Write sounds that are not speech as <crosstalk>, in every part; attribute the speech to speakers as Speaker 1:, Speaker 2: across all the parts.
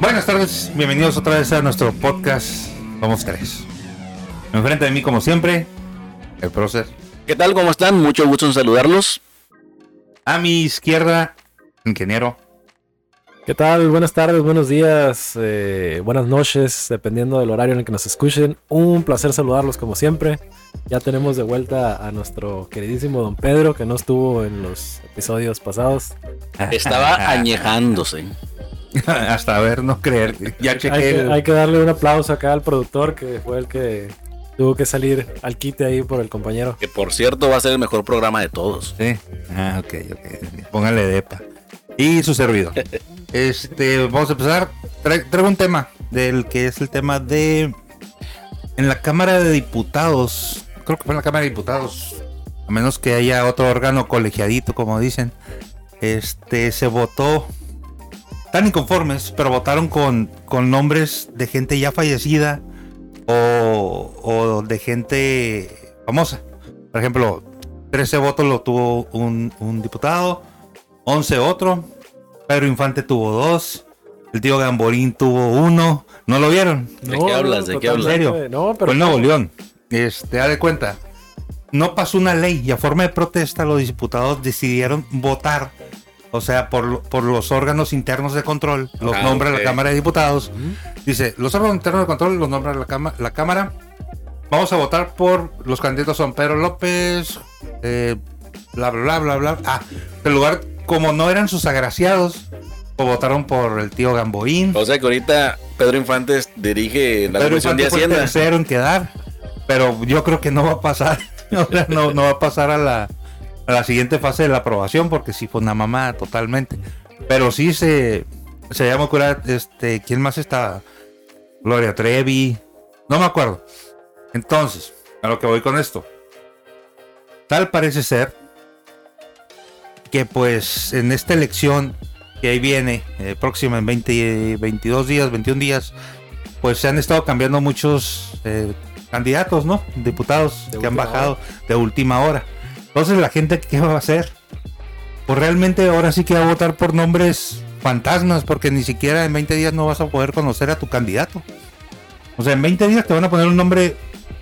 Speaker 1: Buenas tardes, bienvenidos otra vez a nuestro podcast. Vamos tres. Enfrente de mí, como siempre, el prócer.
Speaker 2: ¿Qué tal? ¿Cómo están? Mucho gusto
Speaker 1: <laughs>
Speaker 2: en saludarlos.
Speaker 1: A mi izquierda, ingeniero. <laughs>
Speaker 3: ¿Qué tal? Buenas tardes, buenos días, eh, buenas noches, dependiendo del horario en el que nos escuchen. Un placer saludarlos como siempre. Ya tenemos de vuelta a nuestro queridísimo don Pedro, que no estuvo en los episodios pasados.
Speaker 2: Estaba añejándose.
Speaker 1: Hasta ver, no creer. Ya chequé.
Speaker 3: Hay que,
Speaker 1: el-
Speaker 3: hay que darle un aplauso acá al productor, que fue el que tuvo que salir al quite ahí por el compañero.
Speaker 2: Que por cierto va a ser el mejor programa de todos.
Speaker 1: Sí. Ah, ok, ok. Póngale depa. Y su servidor. Este, vamos a empezar. Tra- traigo un tema del que es el tema de en la Cámara de Diputados. Creo que fue en la Cámara de Diputados. A menos que haya otro órgano colegiadito, como dicen. Este se votó. Están inconformes, pero votaron con, con nombres de gente ya fallecida o, o de gente famosa. Por ejemplo, 13 votos lo tuvo un, un diputado, 11 otro, Pedro Infante tuvo dos, el tío Gamborín tuvo uno, ¿no lo vieron?
Speaker 2: ¿De qué hablas? ¿De qué hablas?
Speaker 3: totalmente, No, pero
Speaker 1: Fue en Nuevo León. Este, haz de cuenta, no pasó una ley y a forma de protesta los diputados decidieron votar, o sea, por, lo- por los órganos internos de control, los
Speaker 2: Ah,
Speaker 1: nombra
Speaker 2: ok.
Speaker 1: la Cámara de Diputados. Dice, los órganos internos de control los nombra la, cama- la Cámara. Vamos a votar por los candidatos son Pedro López, eh, bla, bla, bla, bla, bla. Ah, en lugar, como no eran sus agraciados, pues votaron por el tío Gamboín.
Speaker 2: O sea que ahorita Pedro Infantes dirige la
Speaker 1: Pedro
Speaker 2: Comisión de
Speaker 1: Infante fue el
Speaker 2: Hacienda.
Speaker 1: tercero en quedar, pero yo creo que no va a pasar. <laughs> O sea, no, no va a pasar a la, a la siguiente fase de la aprobación, porque sí fue una mamada totalmente. Pero sí se, se llamó curar, este, ¿quién más estaba? Gloria Trevi, no me acuerdo. Entonces, a lo que voy con esto. Tal parece ser que pues en esta elección que ahí viene, eh, próxima en 20, 22 días, 21 días, pues se han estado cambiando muchos eh, candidatos, ¿no? Diputados
Speaker 3: De
Speaker 1: que han
Speaker 3: última
Speaker 1: bajado de última hora. Entonces la gente, ¿qué va a hacer? Pues realmente ahora sí que va a votar por nombres fantasmas, porque ni siquiera en 20 días no vas a poder conocer a tu candidato. O sea, en 20 días te van a poner un nombre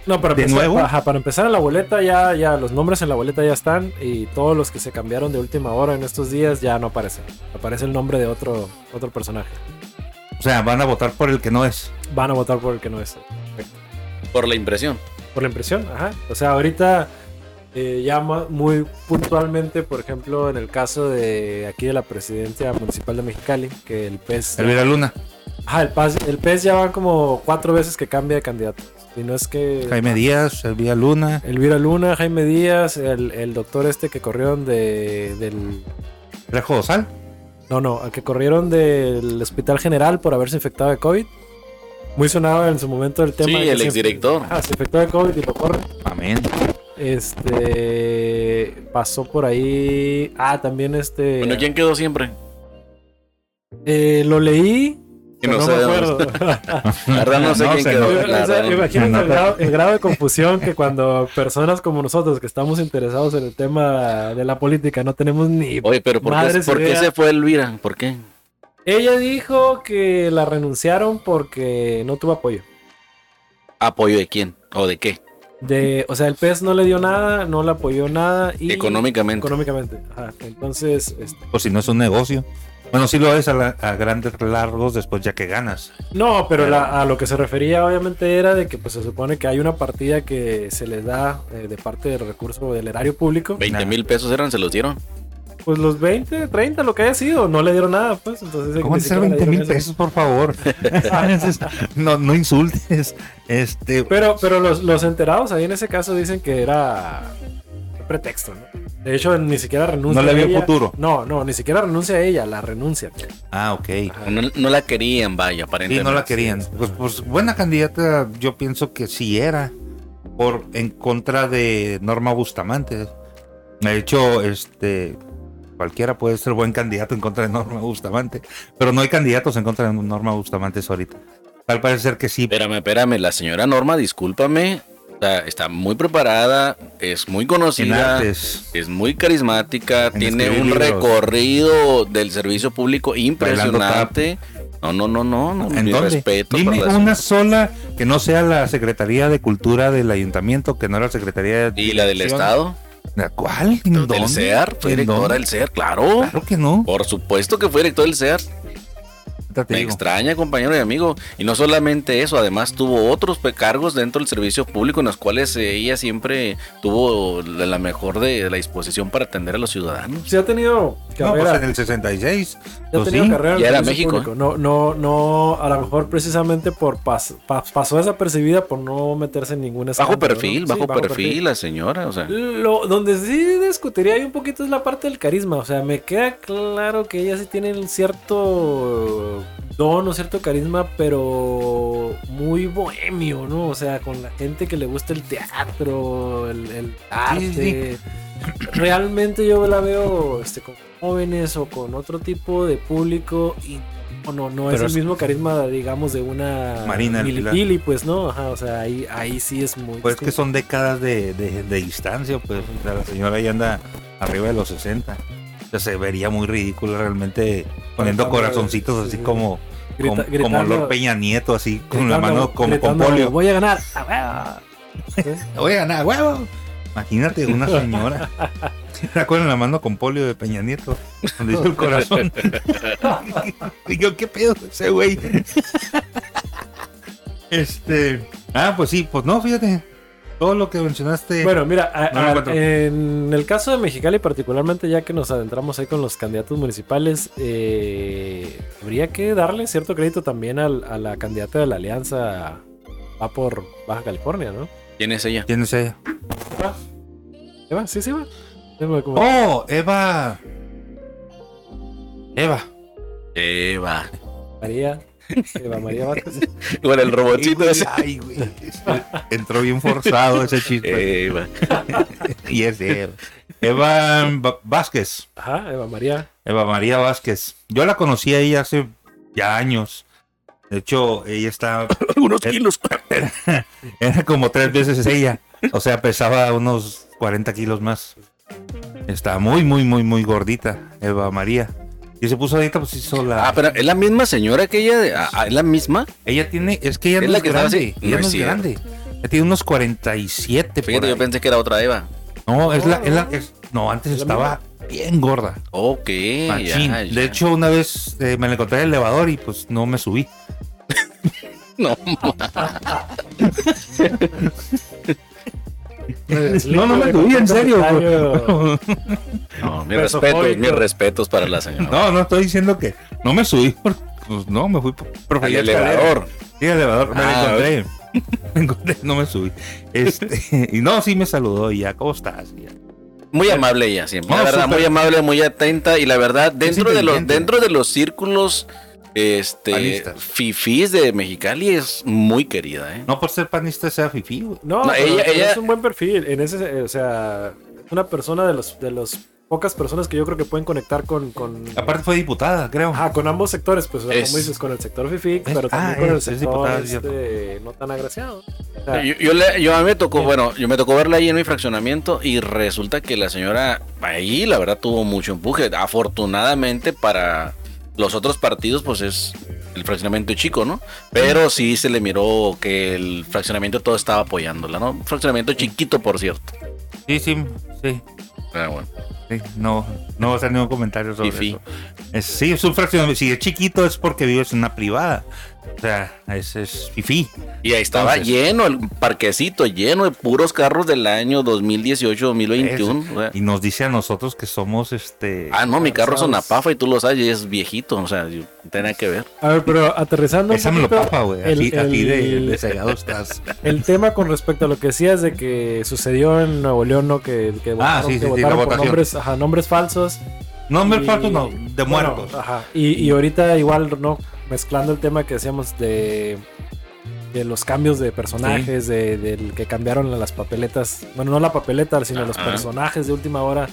Speaker 3: No, para
Speaker 1: ¿De
Speaker 3: empezar,
Speaker 1: nuevo?
Speaker 3: ajá, para empezar en la boleta ya, ya los nombres en la boleta ya están y todos los que se cambiaron de última hora en estos días ya no aparecen. Aparece el nombre de otro, otro personaje.
Speaker 1: O sea, van a votar por el que no es.
Speaker 3: Van a votar por el que no es.
Speaker 2: Por la impresión.
Speaker 3: Por la impresión, ajá. O sea, ahorita eh, ya ma- muy puntualmente, por ejemplo, en el caso de aquí de la presidencia municipal de Mexicali, que el PES...
Speaker 1: Elvira Luna,
Speaker 3: Ajá, el PES, el PES ya van como cuatro veces que cambia de candidato. Y no es que...
Speaker 1: Jaime Díaz, Elvira Luna,
Speaker 3: Elvira Luna, Jaime Díaz, el, el doctor este que corrieron de, del...
Speaker 1: Trejo Dosal.
Speaker 3: No, no, al que corrieron del Hospital General por haberse infectado de COVID. Muy sonado en su momento el tema.
Speaker 2: Sí,
Speaker 3: de que
Speaker 2: el
Speaker 3: se-
Speaker 2: exdirector.
Speaker 3: Ah, se infectó de COVID y lo corre.
Speaker 1: Amén.
Speaker 3: Este... Pasó por ahí... Ah, también este...
Speaker 2: Bueno, ¿quién quedó siempre?
Speaker 3: eh, lo leí...
Speaker 2: Que
Speaker 3: pero
Speaker 2: no
Speaker 3: Pues no,
Speaker 2: sé,
Speaker 3: me
Speaker 2: no
Speaker 3: acuerdo. <laughs>
Speaker 2: La verdad no sé
Speaker 1: No
Speaker 2: quién
Speaker 1: sé,
Speaker 2: quedó.
Speaker 1: no.
Speaker 2: la
Speaker 3: O sea,
Speaker 2: verdad, no.
Speaker 3: imagínate
Speaker 1: No,
Speaker 3: el, grado, el grado de confusión que cuando personas como nosotros que estamos interesados en el tema de la política no tenemos ni
Speaker 2: <laughs> Oye, pero ¿por qué,
Speaker 3: Madre
Speaker 2: por qué
Speaker 3: idea.
Speaker 2: se fue Elvira? ¿Por qué?
Speaker 3: Ella dijo que la renunciaron porque no tuvo apoyo.
Speaker 2: ¿Apoyo de quién? ¿O de qué?
Speaker 3: De, o sea, el PES no le dio nada, no le apoyó nada y
Speaker 2: Económicamente.
Speaker 3: económicamente. Ajá. Entonces, este,
Speaker 1: Pues si no es un negocio. Bueno, sí lo es a, la- a grandes largos después ya que ganas.
Speaker 3: no, pero la- a lo que se refería obviamente era de que pues se supone que hay una partida que se les da eh, de parte del recurso del erario público.
Speaker 2: 20 mil pesos eran, se los dieron.
Speaker 3: Pues los 20, 30, lo que haya sido, no le dieron nada, pues. Entonces,
Speaker 1: ¿Cómo
Speaker 3: ni
Speaker 1: hacer
Speaker 3: siquiera le
Speaker 1: 20
Speaker 3: dieron
Speaker 1: mil
Speaker 3: eso.
Speaker 1: pesos, por favor? <laughs> Ah, no, no insultes. Este,
Speaker 3: Pero, pero los, los enterados ahí en ese caso dicen que era un pretexto, ¿no? De hecho, ni siquiera renuncia.
Speaker 1: No le vio
Speaker 3: ella.
Speaker 1: futuro.
Speaker 3: No, no, ni siquiera renuncia a ella, la renuncia.
Speaker 1: ah, ok.
Speaker 2: No, no la querían, vaya,
Speaker 1: Sí,
Speaker 2: aparentemente.
Speaker 1: no la querían.
Speaker 3: sí, sí.
Speaker 1: Pues, pues, buena candidata, yo pienso que sí era. Por en contra de Norma Bustamante. De hecho, este cualquiera puede ser buen candidato en contra de Norma Bustamante. Pero no hay candidatos en contra de Norma Bustamante ahorita. Tal parecer que sí.
Speaker 2: Espérame, espérame, la señora Norma, discúlpame, está, está muy preparada, es muy
Speaker 1: en
Speaker 2: conocida,
Speaker 1: artes.
Speaker 2: es muy carismática,
Speaker 1: En
Speaker 2: tiene
Speaker 1: escribir
Speaker 2: un
Speaker 1: libros.
Speaker 2: recorrido del servicio público
Speaker 1: Bailando tap.
Speaker 2: impresionante. No, no, no, no, no.
Speaker 1: ¿En
Speaker 2: mi
Speaker 1: dónde?
Speaker 2: respeto
Speaker 1: Dime
Speaker 2: para la
Speaker 1: una sola que no sea la Secretaría de Cultura del Ayuntamiento, que no era la Secretaría de
Speaker 2: y la del
Speaker 1: Dirección.
Speaker 2: Estado,
Speaker 1: ¿La cuál? ¿En dónde?
Speaker 2: del CEAR, fue
Speaker 1: ¿En
Speaker 2: directora
Speaker 1: dónde?
Speaker 2: del CEAR, claro.
Speaker 1: Claro que no.
Speaker 2: Por supuesto que fue director del E CEAR.
Speaker 1: Ahorita te
Speaker 2: Me
Speaker 1: digo.
Speaker 2: extraña, compañero y amigo. Y no solamente eso, además tuvo otros pe- cargos dentro del servicio público en los cuales eh, ella siempre tuvo la la mejor de la disposición para atender a los ciudadanos.
Speaker 3: Sí ha tenido
Speaker 1: No, pues
Speaker 3: carrera.
Speaker 1: en el 66.
Speaker 3: Ya
Speaker 1: pues
Speaker 3: tenía
Speaker 1: sí.
Speaker 3: carrera en
Speaker 2: Ya era
Speaker 3: servicio
Speaker 2: México, ¿eh?
Speaker 3: público. No, no, no, a lo mejor precisamente por pas- pa- pasó desapercibida por no meterse en ningún
Speaker 2: Bajo
Speaker 3: escándalo,
Speaker 2: perfil,
Speaker 3: ¿no? Sí,
Speaker 2: bajo, perfil, la señora, o sea.
Speaker 3: Lo, donde sí discutiría ahí un poquito es la parte del carisma. O sea, me queda claro que ella sí tiene un cierto don, un cierto carisma, pero muy bohemio, ¿no? O sea, con la gente que le gusta el teatro, el, el
Speaker 1: Sí, sí.
Speaker 3: arte. Realmente yo la veo este, con jóvenes o con otro tipo de público y o no, no es
Speaker 1: Pero
Speaker 3: el
Speaker 1: es-
Speaker 3: mismo carisma, digamos, de una
Speaker 1: Marina del Pilar.
Speaker 3: milipili, pues, ¿no? Ajá, o sea, ahí, ahí sí es muy...
Speaker 1: Pues es que
Speaker 3: distinto.
Speaker 1: son décadas de, de- de distancia, pues o sea, la señora ya anda arriba de los 60. O sea, se vería muy ridícula realmente poniendo
Speaker 3: Tratando de-
Speaker 1: corazoncitos así
Speaker 3: sí.
Speaker 1: como,
Speaker 3: Grita-
Speaker 1: como, como
Speaker 3: gritando-
Speaker 1: Lord Peña Nieto, así con la
Speaker 3: Gritando-
Speaker 1: mano como con
Speaker 3: gritando,
Speaker 1: polio.
Speaker 3: Voy a ganar. ¡A huevo!
Speaker 1: Oye, nada, huevo. Imagínate una señora. ¿Se acuerdan <laughs> la mano con polio de Peña Nieto? Donde hizo el corazón. <laughs> y yo, ¿qué pedo ese güey? este. Ah, pues sí, pues no, fíjate. Todo lo que mencionaste.
Speaker 3: Bueno, mira, a-
Speaker 1: No lo
Speaker 3: a-
Speaker 1: encuentro.
Speaker 3: en el caso de Mexicali particularmente, ya que nos adentramos ahí con los candidatos municipales, eh, habría que darle cierto crédito también al- a la candidata de la alianza, va por Baja California, ¿no?
Speaker 2: ¿Quién es ella?
Speaker 1: ¿Quién es ella?
Speaker 3: ¿Eva? Sí, sí, va. Sí, va como-
Speaker 1: Oh, Eva. Eva.
Speaker 2: Eva.
Speaker 3: María. Eva María Vázquez.
Speaker 2: Bueno, el robotito ese.
Speaker 1: Ay, güey. Entró bien forzado ese <laughs> chiste.
Speaker 2: Eva.
Speaker 1: Eh, Y es de Eva. Eva Va- Vázquez.
Speaker 3: Ajá, Eva María.
Speaker 1: Eva María Vázquez. Yo la conocí a ella hace ya años. De hecho, ella
Speaker 3: <coughs>
Speaker 1: está.
Speaker 2: Unos
Speaker 1: Eh,
Speaker 2: kilos.
Speaker 1: <coughs> Era como tres veces ella. O sea, pesaba unos 40 kilos más. Está muy, muy, muy, muy gordita, Eva María. Y se puso a dieta, pues hizo la.
Speaker 2: Ah, pero es la misma señora que ella. de- ah, ah, Es la misma.
Speaker 1: Ella tiene. Es que ella
Speaker 2: ¿Es
Speaker 1: no
Speaker 2: la
Speaker 1: es
Speaker 2: que estaba
Speaker 1: grande.
Speaker 2: así?
Speaker 1: Ella
Speaker 2: No
Speaker 1: no,
Speaker 2: es
Speaker 1: es
Speaker 2: cierto.
Speaker 1: grande. Ella tiene unos 47. por
Speaker 2: Fíjate,
Speaker 1: ahí.
Speaker 2: yo pensé que era otra Eva.
Speaker 1: No, es la.
Speaker 3: No,
Speaker 1: Es la
Speaker 3: no.
Speaker 1: es- no, antes
Speaker 3: Es la
Speaker 1: estaba bien gorda.
Speaker 2: Ok. ya,
Speaker 1: Machín.
Speaker 2: ya.
Speaker 1: De hecho, una vez eh, me la encontré en el elevador y pues no me subí.
Speaker 2: No,
Speaker 3: Pues,
Speaker 1: No, no me subí, en serio. güey.
Speaker 2: no, mis
Speaker 3: Mesofóbico.
Speaker 2: respetos, mis respetos para la señora.
Speaker 1: pues? No, no estoy diciendo que no me subí. por- pues no, me fui por por
Speaker 2: Al
Speaker 1: la escalera.
Speaker 2: elevador.
Speaker 1: Sí, al elevador. Me la
Speaker 2: Ah,
Speaker 1: encontré. <laughs> Me encontré, no me subí. Este, y no, sí me saludó y ya, ¿cómo estás? Y ya.
Speaker 2: Muy amable ella siempre.
Speaker 1: No,
Speaker 2: la verdad,
Speaker 1: súper.
Speaker 2: muy amable, muy atenta. Y la verdad, dentro de los,
Speaker 1: inteligente.
Speaker 2: dentro de los círculos este
Speaker 1: Panistas.
Speaker 2: fifís de Mexicali es muy querida, ¿eh?
Speaker 1: No por ser panista sea fifí, güey.
Speaker 3: No,
Speaker 2: No,
Speaker 3: pero-
Speaker 2: ella-
Speaker 3: pero
Speaker 2: ella-
Speaker 3: es un buen perfil. En ese, eh, o sea, es una persona de los, de los pocas personas que yo creo que pueden conectar con, con,
Speaker 1: Aparte fue diputada, creo.
Speaker 2: Ah.
Speaker 3: ajá, con ambos sectores, pues o sea,
Speaker 2: Es-
Speaker 3: como dices, con el sector fifi, pero
Speaker 1: Ah,
Speaker 3: también con el
Speaker 1: es- es
Speaker 3: sector
Speaker 1: diputado, es cierto.
Speaker 3: este, no tan agraciado. O sea,
Speaker 2: Yo, yo le- yo a mí me tocó, bueno, yo me tocó verla ahí en mi fraccionamiento y resulta que la señora ahí, la verdad, tuvo mucho empuje. Afortunadamente para los otros partidos, pues es el fraccionamiento chico, ¿no? Pero sí se le miró que el fraccionamiento todo estaba apoyándola, ¿no? Un fraccionamiento chiquito, por cierto.
Speaker 1: Sí, sí, sí.
Speaker 2: Pero bueno,
Speaker 1: sí. No, no va a ser ningún comentario sobre
Speaker 2: Fifí.
Speaker 1: eso. Es- sí, es un fraccionamiento. Si es chiquito es porque vives en una privada. O sea, es, es fifí.
Speaker 2: Y ahí estaba
Speaker 1: Entonces-
Speaker 2: lleno el parquecito, lleno de puros carros del año 2018, 2021. o sea.
Speaker 1: Y nos dice a nosotros que somos este.
Speaker 2: Ah, no, mi carro es
Speaker 3: Sabes.
Speaker 2: una pafa y tú lo sabes, y es viejito, o sea, yo- tenía que ver.
Speaker 3: a ver, pero aterrizando un
Speaker 1: Esa me lo
Speaker 3: poquito
Speaker 1: papa, güey.
Speaker 3: el-
Speaker 1: Así, así de,
Speaker 3: el-
Speaker 1: de cegado estás.
Speaker 3: el tema con respecto a lo que decías de que sucedió en Nuevo León, ¿no? Que, que votaron,
Speaker 1: Ah, sí, sí,
Speaker 3: que
Speaker 1: sí, la
Speaker 3: votaron por
Speaker 1: votación.
Speaker 3: nombres, ajá, nombres falsos.
Speaker 1: No, me
Speaker 3: Y-
Speaker 1: falta no, de
Speaker 3: bueno, ah,
Speaker 1: muertos.
Speaker 3: ajá. Y, y ahorita igual, ¿no? Mezclando el tema que decíamos de, de los cambios de personajes, de, del que cambiaron las papeletas. Bueno, no la papeleta, sino los
Speaker 2: Ajá.
Speaker 3: personajes de última hora.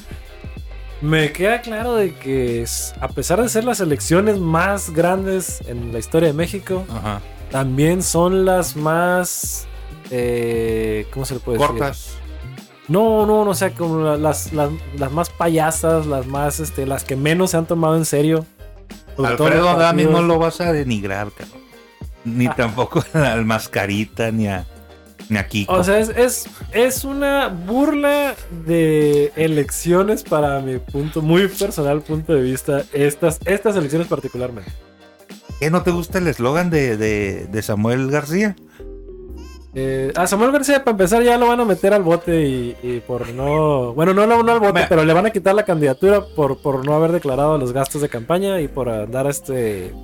Speaker 3: Me queda claro de que es- a pesar de ser las elecciones más grandes en la historia de México,
Speaker 1: Ajá.
Speaker 3: también son las más... eh, ¿Cómo se le puede decir?
Speaker 1: Cortas.
Speaker 3: No, no, no, o sea, como la- las, las, las más payasas, las más, este, las que menos se han tomado en serio. Sobre
Speaker 1: Alfredo
Speaker 3: todo los
Speaker 1: ahora
Speaker 3: partidos. Ah.
Speaker 1: mismo lo vas a denigrar, cabrón. Ni tampoco <laughs> al mascarita, ni a, ni a Kiko.
Speaker 3: O sea, es, es, es una burla de elecciones para mi punto, muy personal punto de vista, estas, estas elecciones particularmente.
Speaker 1: ¿Qué no te gusta el eslogan de, de- de Samuel García?
Speaker 3: Eh, a Samuel García, para empezar, ya lo van a meter al bote y, y por no... Bueno, no, lo- no al bote,
Speaker 1: Mira.
Speaker 3: pero le van a quitar la candidatura por, por no haber declarado los gastos de campaña y por andar este,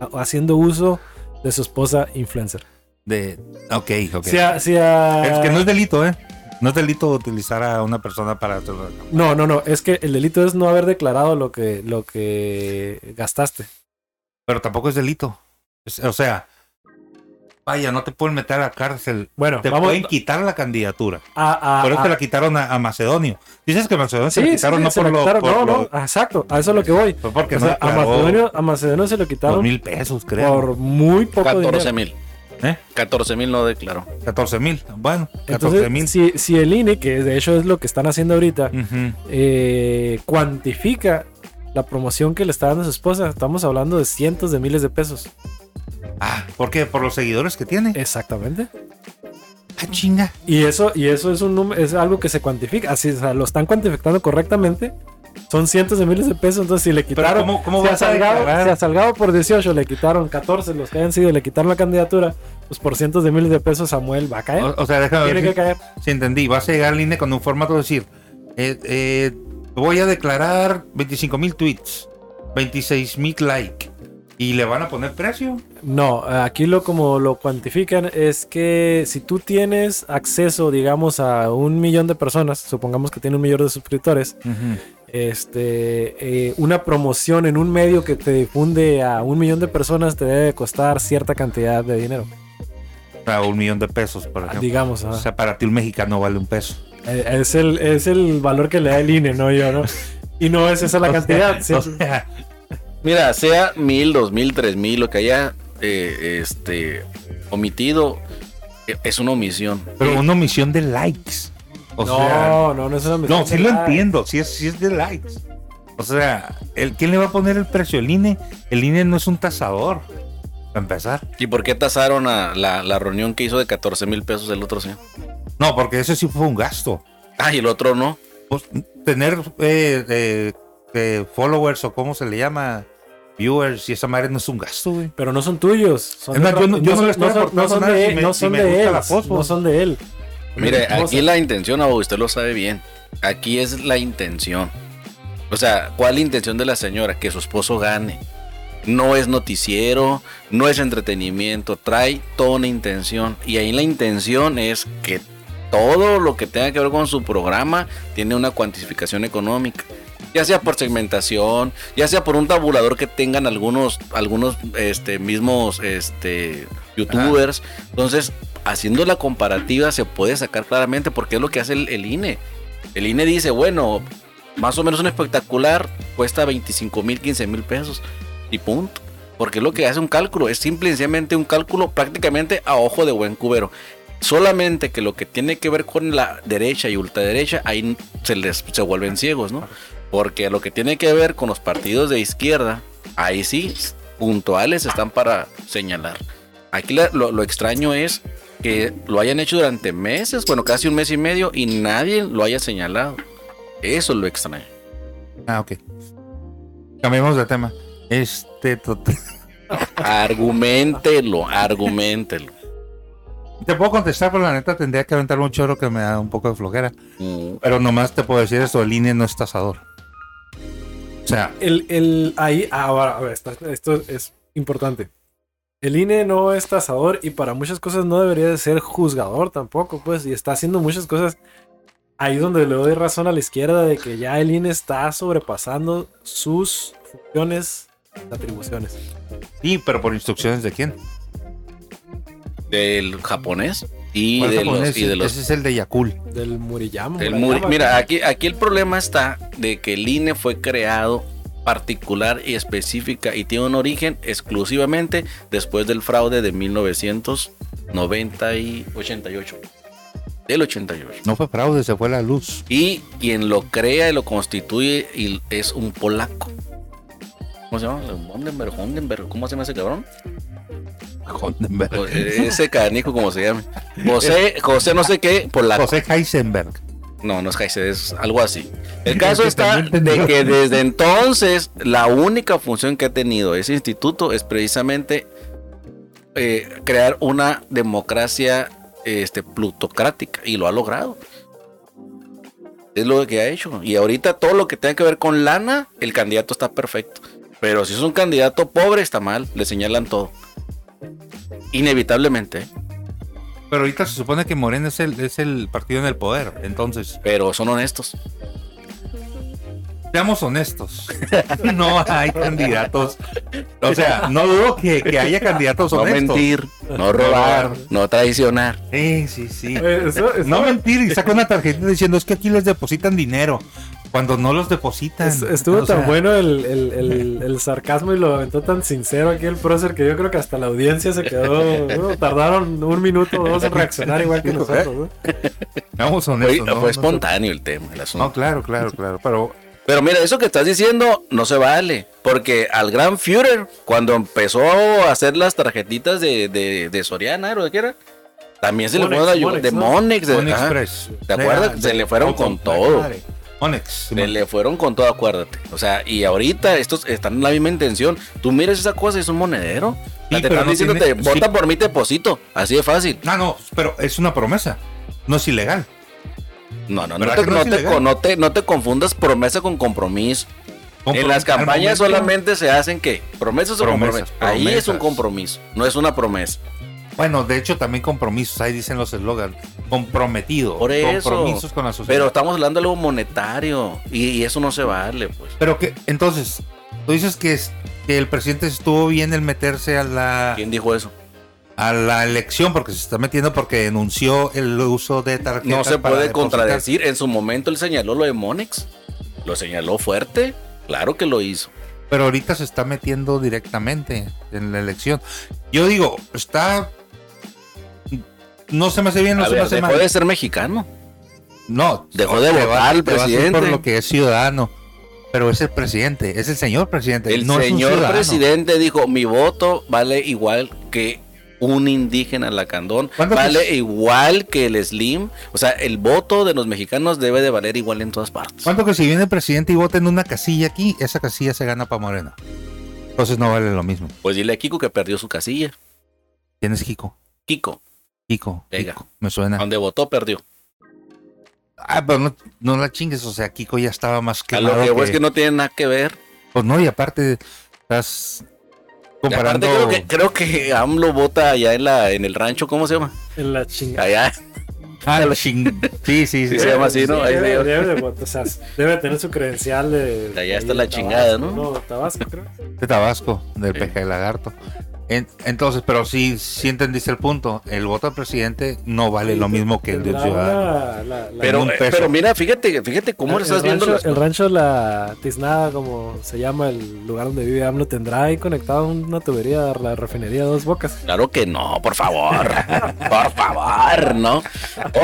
Speaker 3: ha- haciendo uso de su esposa influencer.
Speaker 1: De. Ok, ok.
Speaker 3: Si a- si a-
Speaker 1: Es que no es delito, ¿eh? No es delito utilizar a una persona para hacer una campaña.
Speaker 3: No, no, no. Es que el delito es no haber declarado lo que, lo que gastaste.
Speaker 1: Pero tampoco es delito. Es- o sea, vaya, no te pueden meter a la cárcel.
Speaker 3: Bueno,
Speaker 1: Te
Speaker 3: vamos
Speaker 1: pueden quitar la candidatura.
Speaker 3: a. a-
Speaker 1: Por eso te
Speaker 3: a-
Speaker 1: la quitaron a, a Macedonio. Dices que Macedonio
Speaker 3: Ah, Sí,
Speaker 1: se la
Speaker 3: sí,
Speaker 1: quitaron
Speaker 3: sí,
Speaker 1: no
Speaker 3: se
Speaker 1: por
Speaker 3: la
Speaker 1: lo.
Speaker 3: quitaron.
Speaker 1: por
Speaker 3: no,
Speaker 1: lo-
Speaker 3: no, ah, exacto. A eso es lo que voy.
Speaker 1: Fue porque
Speaker 3: O sea,
Speaker 1: no
Speaker 3: a,
Speaker 1: declaró
Speaker 3: Macedonio, a Macedonio se lo quitaron
Speaker 1: dos mil pesos, creo.
Speaker 3: por muy poco
Speaker 2: 14
Speaker 3: dinero.
Speaker 2: mil.
Speaker 1: ¿Eh?
Speaker 2: 14 mil no declaró.
Speaker 1: 14 mil. Bueno, 14 mil. Mm.
Speaker 3: Entonces, si, si el INE, que de hecho es lo que están haciendo ahorita,
Speaker 1: Ujú.
Speaker 3: eh, cuantifica la promoción que le está dando a su esposa, estamos hablando de cientos de miles de pesos.
Speaker 1: Ah, ¿por qué? Por los seguidores que tiene.
Speaker 3: Exactamente.
Speaker 1: Ah, chinga.
Speaker 3: Y eso, y eso es un número, es algo que se cuantifica. Así, o sea, lo están cuantificando correctamente. Son cientos de miles de pesos. Entonces, si le quitaron.
Speaker 1: ¿cómo- cómo
Speaker 3: si
Speaker 1: vas
Speaker 3: a
Speaker 1: a
Speaker 3: Salgado-
Speaker 1: declarar?
Speaker 3: si a Salgado por 18 le quitaron 14 los que hayan sido y le quitaron la candidatura, pues por cientos de miles de pesos Samuel va a caer.
Speaker 1: O, o sea, déjame ver
Speaker 3: ¿Eh? Tiene
Speaker 1: si-
Speaker 3: que caer.
Speaker 1: Sí, entendí. Vas a llegar al INE con un formato de decir, eh, eh, voy a declarar 25 mil tweets, 26 mil like. ¿Y le van a poner precio?
Speaker 3: No, aquí lo como lo cuantifican es que si tú tienes acceso, digamos, a un millón de personas, supongamos que tiene un millón de suscriptores, este, eh, una promoción en un medio que te difunde a un millón de personas te debe costar cierta cantidad de dinero.
Speaker 1: Para un millón de pesos, por ejemplo.
Speaker 3: Digamos,
Speaker 1: O
Speaker 3: ajá.
Speaker 1: sea, para ti un mexicano vale un peso.
Speaker 3: Eh, es, el, es el valor que le da el INE, no
Speaker 1: <laughs>
Speaker 3: yo, ¿no? Y no es esa la
Speaker 1: O sea,
Speaker 3: cantidad.
Speaker 1: <laughs> o
Speaker 3: sí.
Speaker 1: sea,
Speaker 2: Mira, sea mil, dos mil, tres mil, lo que haya eh, este, omitido, eh, es una omisión.
Speaker 1: pero una omisión de likes. O
Speaker 3: no,
Speaker 1: sea,
Speaker 3: no, no es una
Speaker 1: no,
Speaker 3: misión
Speaker 1: sí
Speaker 3: de
Speaker 1: lo
Speaker 3: nada.
Speaker 1: entiendo, sí es, sí es de likes. O sea, ¿el, ¿quién le va a poner el precio? El INE, el INE no es un tasador. Para empezar.
Speaker 2: ¿Y por qué tasaron a la, la reunión que hizo de 14 mil pesos el otro señor?
Speaker 1: No, porque ese sí fue un gasto.
Speaker 2: Ah, y el otro no.
Speaker 1: pues, tener eh, eh, eh, followers o cómo se le llama, viewers, y esa madre no es un gasto, güey.
Speaker 3: Pero no son tuyos. son
Speaker 1: Es más,
Speaker 3: de-
Speaker 1: yo no- yo no
Speaker 3: son-
Speaker 1: le estoy
Speaker 3: son-
Speaker 1: aportando
Speaker 3: no son
Speaker 1: nada
Speaker 3: de-
Speaker 1: si me-
Speaker 3: no
Speaker 1: si
Speaker 3: son
Speaker 1: me
Speaker 3: de
Speaker 1: gusta
Speaker 3: él.
Speaker 1: la foto.
Speaker 3: No son de él. <laughs>
Speaker 2: Mire,
Speaker 3: O
Speaker 2: aquí
Speaker 3: sea,
Speaker 2: la intención, abogado, usted lo sabe bien. Aquí es la intención. O sea, ¿cuál intención de la señora? Que su esposo gane. No es noticiero, no es entretenimiento, trae toda una intención. Y ahí la intención es que todo lo que tenga que ver con su programa tiene una cuantificación económica. Ya sea por segmentación, ya sea por un tabulador que tengan algunos, algunos este, mismos este, youtubers. Entonces, haciendo la comparativa se puede sacar claramente porque es lo que hace el, el INE. El INE dice, bueno, más o menos un espectacular cuesta 25 mil, 15 mil pesos y punto. Porque es lo que hace un cálculo, es simple y sencillamente un cálculo prácticamente a ojo de buen cubero. Solamente que lo que tiene que ver con la derecha y ultraderecha, ahí se les se vuelven ciegos, ¿no? Porque lo que tiene que ver con los partidos de izquierda, ahí sí, puntuales están para señalar. Aquí la- lo, lo extraño es que lo hayan hecho durante meses, bueno, casi un mes y medio, y nadie lo haya señalado. Eso es lo extraño.
Speaker 1: Ah, ok. Cambiemos de tema. Este, to-
Speaker 2: Argumentelo, argumentelo.
Speaker 1: <laughs> te puedo contestar, pero la neta tendría que aventar un choro que me da un poco de flojera.
Speaker 2: Mm,
Speaker 1: Pero nomás te puedo decir esto, el INE no es tasador. O sea,
Speaker 3: El, el, ahí, ahora, a ver, está- esto es importante. El INE no es tasador y para muchas cosas no debería de ser juzgador tampoco, pues, y está haciendo muchas cosas. Ahí es donde le doy razón a la izquierda de que ya el INE está sobrepasando sus funciones, atribuciones.
Speaker 1: sí, pero por instrucciones de quién.
Speaker 2: Del japonés y
Speaker 1: ¿Cuál
Speaker 2: de,
Speaker 1: japonés?
Speaker 2: los, y de los
Speaker 1: Ese es el de Yakul.
Speaker 3: Del Muriyama.
Speaker 2: El
Speaker 3: Murayama,
Speaker 2: Muri- Mira, aquí, aquí el problema está de que el INE fue creado particular y específica y tiene un origen exclusivamente después del fraude de 1990 y 88. del 88.
Speaker 1: No fue fraude, se fue la luz.
Speaker 2: Y quien lo crea y lo constituye y es un polaco. ¿Cómo se llama? Hondenberg, Hondenberg, ¿cómo se llama ese cabrón?
Speaker 1: Hindenburg.
Speaker 2: O- Ese canico, como se llama.
Speaker 1: <laughs>
Speaker 2: José, José no sé qué, polaco.
Speaker 1: José Heisenberg.
Speaker 2: No, no es Kaiser, es algo así. El caso está de que desde entonces la única función que ha tenido ese instituto es precisamente eh, crear una democracia este, plutocrática y lo ha logrado. Es lo que ha hecho. Y ahorita todo lo que tenga que ver con lana, el candidato está perfecto. Pero si es un candidato pobre, está mal. Le señalan todo. Inevitablemente. ¿eh?
Speaker 1: Pero ahorita se supone que Morena es el, es el partido en el poder. Entonces,
Speaker 2: Pero son honestos.
Speaker 1: seamos honestos. <laughs> No hay candidatos. O sea, no dudo que, que haya candidatos
Speaker 2: No
Speaker 1: honestos.
Speaker 2: mentir, no robar, no traicionar.
Speaker 1: Sí, sí, sí.
Speaker 3: Eh, eso- eso-
Speaker 1: No mentir y saca una tarjeta diciendo es que aquí les depositan dinero cuando no los depositan.
Speaker 3: es- estuvo
Speaker 1: O sea,
Speaker 3: tan bueno el,
Speaker 1: <laughs>
Speaker 3: el- el- el sarcasmo y lo aventó tan sincero aquí el prócer que yo creo que hasta la audiencia se quedó. ¿no? tardaron un minuto o dos en reaccionar igual que nosotros.
Speaker 1: "¿Eh?".
Speaker 3: ¿no?
Speaker 1: Seamos
Speaker 2: Fue,
Speaker 1: honestos.
Speaker 2: fue
Speaker 1: no, No se-
Speaker 2: espontáneo el tema, el asunto.
Speaker 1: No, claro, claro, claro. Pero
Speaker 2: Pero mira, eso que estás diciendo no se vale. Porque al gran Führer, cuando empezó a hacer las tarjetitas de, de, de Soriana, ¿era ¿de qué era? También se le
Speaker 3: Monex,
Speaker 2: fueron a
Speaker 3: Monex,
Speaker 2: de
Speaker 3: ¿no?
Speaker 2: Monex. de-
Speaker 1: One
Speaker 2: ajá.
Speaker 1: Express.
Speaker 2: ¿Te acuerdas?
Speaker 1: Era-
Speaker 2: Se le fueron con todo.
Speaker 3: Madre.
Speaker 1: Onex.
Speaker 2: Se le fueron con todo, acuérdate. O sea, y ahorita estos están en la misma intención. Tú miras esa cosa y es un monedero.
Speaker 1: Sí,
Speaker 2: La te
Speaker 1: pero
Speaker 2: están
Speaker 1: no
Speaker 2: diciendo,
Speaker 1: tiene- sí.
Speaker 2: vota por mí, te deposito. Así de fácil.
Speaker 1: No, no, pero es una promesa. No es ilegal.
Speaker 2: No, no, no
Speaker 1: ¿Verdad
Speaker 2: te,
Speaker 1: que no
Speaker 2: no
Speaker 1: es
Speaker 2: te-
Speaker 1: ilegal?
Speaker 2: no te- no te confundas promesa con compromiso. en las
Speaker 1: Compro- al
Speaker 2: campañas
Speaker 1: momento-
Speaker 2: solamente se hacen que promesas o
Speaker 1: Promesas,
Speaker 2: compromisos. Ahí es un
Speaker 1: promesas. Pues
Speaker 2: compromiso, no es una promesa.
Speaker 1: Bueno, de hecho también compromisos, ahí dicen los eslogans. Comprometido.
Speaker 2: Por eso.
Speaker 1: Compromisos con la sociedad.
Speaker 2: Pero estamos hablando de algo monetario y, y eso no se vale, pues.
Speaker 1: Pero que, entonces, tú dices que, es- que el presidente estuvo bien el meterse a la,
Speaker 2: ¿Quién dijo eso?
Speaker 1: a la elección, porque se está metiendo porque denunció el uso de tarjetas.
Speaker 2: No se
Speaker 1: para
Speaker 2: puede
Speaker 1: depositar.
Speaker 2: contradecir. En su momento él señaló lo de Monex. Lo señaló fuerte. Claro que lo hizo.
Speaker 1: Pero ahorita se está metiendo directamente en la elección. Yo digo, está. No se me hace bien, no
Speaker 2: A
Speaker 1: se
Speaker 2: ver,
Speaker 1: me hace
Speaker 2: dejó
Speaker 1: mal.
Speaker 2: de ser mexicano.
Speaker 1: No,
Speaker 2: dejó de
Speaker 1: te
Speaker 2: votar
Speaker 1: vas-
Speaker 2: al
Speaker 1: te vas a ir
Speaker 2: presidente.
Speaker 1: por lo que es ciudadano. Pero es el presidente, es el señor presidente.
Speaker 2: El
Speaker 1: no es un
Speaker 2: señor
Speaker 1: ciudadano.
Speaker 2: presidente dijo, mi voto vale igual que un indígena lacandón,
Speaker 1: ¿Cuándo
Speaker 2: vale
Speaker 1: fue-
Speaker 2: igual que el slim. O sea, el voto de los mexicanos debe de valer igual en todas partes.
Speaker 1: ¿Cuánto que si viene el presidente y vota en una casilla aquí, esa casilla se gana para Morena? Entonces no vale lo mismo.
Speaker 2: Pues dile a Kiko que perdió su casilla.
Speaker 1: ¿Quién es Kiko?
Speaker 2: Kiko,
Speaker 1: Kiko.
Speaker 2: Vega.
Speaker 1: Kiko, me suena.
Speaker 2: donde votó, perdió.
Speaker 1: Ah, pero no, no la chingues, o sea, Kiko ya estaba más
Speaker 2: A
Speaker 1: claro.
Speaker 2: lo que voy es que no tiene nada que ver.
Speaker 1: Pues no, y aparte estás
Speaker 2: Y
Speaker 1: comparando.
Speaker 2: aparte creo que, creo que AMLO vota allá en la, en el rancho, ¿cómo se llama?
Speaker 3: En la chingada.
Speaker 2: Allá,
Speaker 1: Ah,
Speaker 2: <laughs>
Speaker 1: lo ching- Sí, sí, sí.
Speaker 2: Sí, se llama así, ¿no? Ahí
Speaker 3: debe,
Speaker 2: veo.
Speaker 3: debe de votar, o sea, debe tener su credencial de.
Speaker 2: De allá
Speaker 3: de
Speaker 2: está la
Speaker 3: de
Speaker 2: chingada,
Speaker 3: Tabasco,
Speaker 2: ¿no?
Speaker 3: No, Tabasco, creo.
Speaker 1: de Tabasco, del
Speaker 2: Sí.
Speaker 1: peje de lagarto. En- entonces, pero sí, sí entendiste el punto. El voto al presidente no vale lo mismo que el del
Speaker 3: La-
Speaker 1: ciudadano.
Speaker 3: la- la- la-
Speaker 2: pero,
Speaker 1: un
Speaker 2: eh,
Speaker 1: peso.
Speaker 2: pero mira, fíjate, fíjate cómo le
Speaker 3: el
Speaker 2: estás viendo
Speaker 3: rancho,
Speaker 2: las
Speaker 3: el
Speaker 2: cosas.
Speaker 3: rancho La Tiznada, como se llama el lugar donde vive AMLO, tendrá ahí conectado una tubería a la refinería de dos bocas.
Speaker 2: Claro que no, por favor. Por favor, ¿no?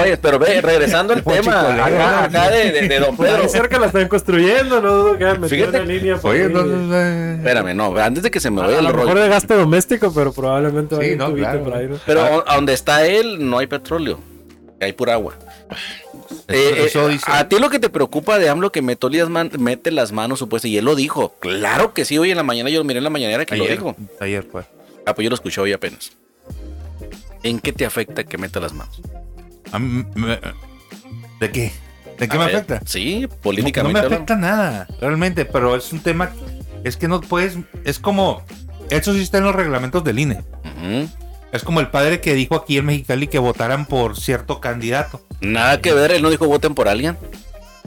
Speaker 2: Oye, pero ve, regresando al
Speaker 1: Ponche
Speaker 2: tema
Speaker 1: colero,
Speaker 2: acá,
Speaker 1: ¿no?
Speaker 2: acá de, de- de Don
Speaker 3: Por
Speaker 2: Pedro.
Speaker 3: Pues, ahí cerca la están construyendo, no dudo que hayan metido
Speaker 2: Fíjate
Speaker 3: una línea por
Speaker 1: Oye,
Speaker 3: ahí.
Speaker 1: no, no, eh. no,
Speaker 2: Espérame, no, antes de que se me
Speaker 3: A,
Speaker 2: vaya
Speaker 3: a
Speaker 2: el
Speaker 3: lo mejor
Speaker 2: rollo.
Speaker 3: de gasto doméstico, pero probablemente
Speaker 1: Sí,
Speaker 3: hay un
Speaker 1: no,
Speaker 3: tubito
Speaker 1: claro.
Speaker 3: por ahí, ¿no?
Speaker 2: Pero a-
Speaker 1: Ah.
Speaker 2: a donde está él no hay petróleo, hay pura agua.
Speaker 1: Eso-
Speaker 2: Eh, eh,
Speaker 1: eso dice.
Speaker 2: a ti lo que te preocupa de AMLO que mete las, man- mete las manos, supuesto, y él lo dijo. Claro que sí, hoy en la mañana yo lo miré en la mañanera que
Speaker 1: ayer,
Speaker 2: lo dijo.
Speaker 1: ayer fue.
Speaker 2: Ah, pues yo lo escuché hoy apenas. ¿En qué te afecta que meta las manos?
Speaker 1: A mí me- ¿De qué? ¿De qué
Speaker 2: A
Speaker 1: me
Speaker 2: ver,
Speaker 1: afecta?
Speaker 2: Sí,
Speaker 1: No- No,
Speaker 2: políticamente.
Speaker 1: me
Speaker 2: hablando.
Speaker 1: afecta nada, realmente, pero es un tema. Es que no puedes. Es como. Eso sí está en los reglamentos del INE.
Speaker 2: Ujú.
Speaker 1: Es como el padre que dijo aquí en Mexicali que votaran por cierto candidato.
Speaker 2: Nada que ver, él no dijo voten por alguien.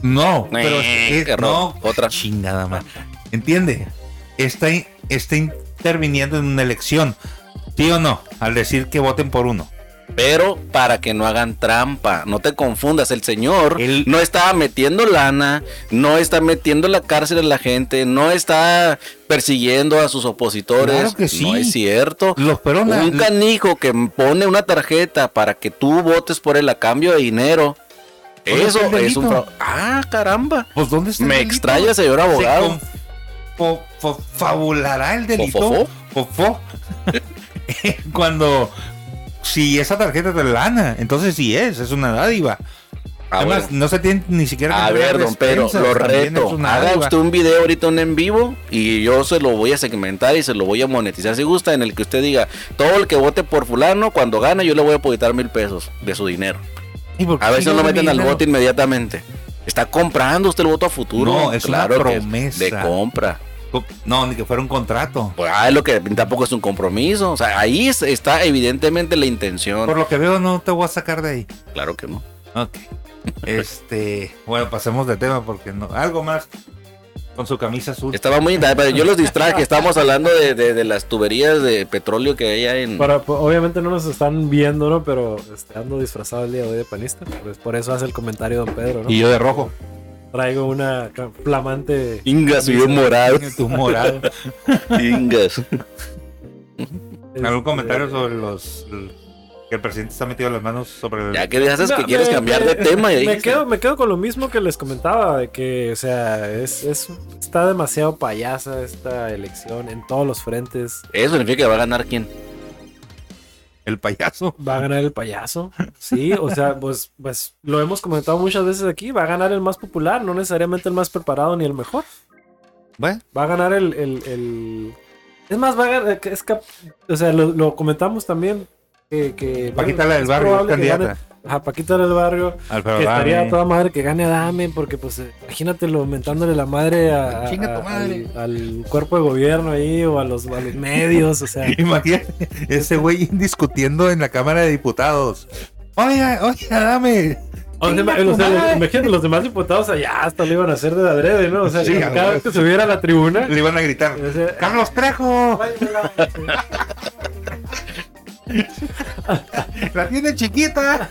Speaker 1: No,
Speaker 2: Eh,
Speaker 1: pero es- es-
Speaker 2: error.
Speaker 1: no,
Speaker 2: Otra.
Speaker 1: chingada más. ¿Entiende? Está, in- está interviniendo en una elección. ¿Sí o no? Al decir que voten por uno.
Speaker 2: Pero para que no hagan trampa, no te confundas, el señor
Speaker 1: Él-
Speaker 2: no está metiendo lana, no está metiendo la cárcel a la gente, no está persiguiendo a sus opositores.
Speaker 1: Claro que sí.
Speaker 2: No es cierto.
Speaker 1: Los Perona.
Speaker 2: Un canijo que pone una tarjeta para que tú votes por él a cambio de dinero.
Speaker 1: Pues es
Speaker 2: Eso
Speaker 1: un
Speaker 2: es un
Speaker 1: delito.
Speaker 2: fraude. Ah, caramba.
Speaker 1: Pues dónde está el
Speaker 2: Me
Speaker 1: delito?
Speaker 2: extraña, señor abogado.
Speaker 1: Se con- fo- fo- fabulará el delito. Fofó.
Speaker 2: Fofofó.
Speaker 1: <laughs> Cuando si esa tarjeta te la lana, entonces sí es, es una dádiva.
Speaker 2: Ah,
Speaker 1: Además,
Speaker 2: bueno.
Speaker 1: no se tiene ni siquiera que
Speaker 2: A
Speaker 1: tener
Speaker 2: ver, don Pedro,
Speaker 1: despensas,
Speaker 2: lo
Speaker 1: también
Speaker 2: reto.
Speaker 1: es una
Speaker 2: Haga
Speaker 1: dádiva.
Speaker 2: usted un video ahorita un en vivo y yo se lo voy a segmentar y se lo voy a monetizar si gusta, en el que usted diga, todo el que vote por fulano, cuando gane yo le voy a aportar mil pesos de su dinero.
Speaker 1: ¿Y por qué
Speaker 2: A veces no lo
Speaker 1: chingados
Speaker 2: meten
Speaker 1: mi
Speaker 2: al
Speaker 1: dinero?
Speaker 2: voto inmediatamente. Está comprando usted el voto a futuro.
Speaker 1: No, es una
Speaker 2: Claro que
Speaker 1: promesa.
Speaker 2: De compra.
Speaker 1: Co- No, ni que fuera un contrato.
Speaker 2: Pues, ah, es lo que tampoco es un compromiso. O sea, ahí es- está evidentemente la intención.
Speaker 1: Por lo que veo, no te voy a sacar de ahí.
Speaker 2: Claro que no.
Speaker 1: Ok. Este, bueno, pasemos de tema porque no. Algo más con su camisa azul.
Speaker 2: Estaba muy inter- pero yo los distraje. Estábamos hablando de, de- de las tuberías de petróleo que hay allá en.
Speaker 3: Para- po- obviamente no nos están viendo, ¿no? Pero este, ando disfrazado el día de hoy de panista. Pues por eso hace el comentario don Pedro, ¿no?
Speaker 1: Y yo de rojo.
Speaker 3: Traigo una ca- flamante...
Speaker 2: Ingas, yo morado.
Speaker 1: Tu
Speaker 2: <laughs>
Speaker 1: morado.
Speaker 2: Ingas.
Speaker 1: ¿Algún
Speaker 3: este,
Speaker 1: comentario sobre los que el presidente está metido las manos sobre el-
Speaker 2: Ya que haces que
Speaker 3: No,
Speaker 2: quieres
Speaker 3: me-
Speaker 2: cambiar
Speaker 3: me-
Speaker 2: de tema. Y ahí-
Speaker 3: Me quedo, me quedo con lo mismo que les comentaba, de que, o sea, es, es, está demasiado payasa esta elección en todos los frentes.
Speaker 2: Eso significa que va a ganar quién.
Speaker 1: el payaso?
Speaker 3: Va a ganar el payaso, sí, o
Speaker 1: <laughs>
Speaker 3: sea, pues, pues lo hemos comentado muchas veces aquí, va a ganar el más popular, no necesariamente el más preparado ni el mejor.
Speaker 1: Bueno,
Speaker 3: Va a ganar el. el- el- Es más, va a ganar. Es cap- O sea, lo, lo comentamos también. Que, que
Speaker 1: Paquita la del
Speaker 3: es
Speaker 1: barrio es
Speaker 3: probable que
Speaker 1: candidata.
Speaker 3: gane- Ajá, Paquita la del barrio.
Speaker 1: Alfredo
Speaker 3: que estaría
Speaker 1: Adame.
Speaker 3: a toda madre que gane Adame, porque pues eh, imagínatelo aumentándole la madre a, a-
Speaker 1: Chinga tu
Speaker 3: a-
Speaker 1: madre.
Speaker 3: Al, al cuerpo de gobierno ahí o a los, a los medios. O sea,
Speaker 1: <laughs> Imagínate ese güey discutiendo en la Cámara de Diputados. Oiga, oiga, dame.
Speaker 3: los demás-
Speaker 1: Chinga tu
Speaker 3: o sea,
Speaker 1: madre.
Speaker 3: imagínate los demás diputados allá hasta lo iban a hacer de adrede, ¿no? O sea,
Speaker 1: Sí,
Speaker 3: cada
Speaker 1: güey.
Speaker 3: vez que subiera a la tribuna. "Ah,
Speaker 1: Le iban a gritar.
Speaker 3: o sea,
Speaker 1: Carlos Trejo, <laughs> la tiene chiquita.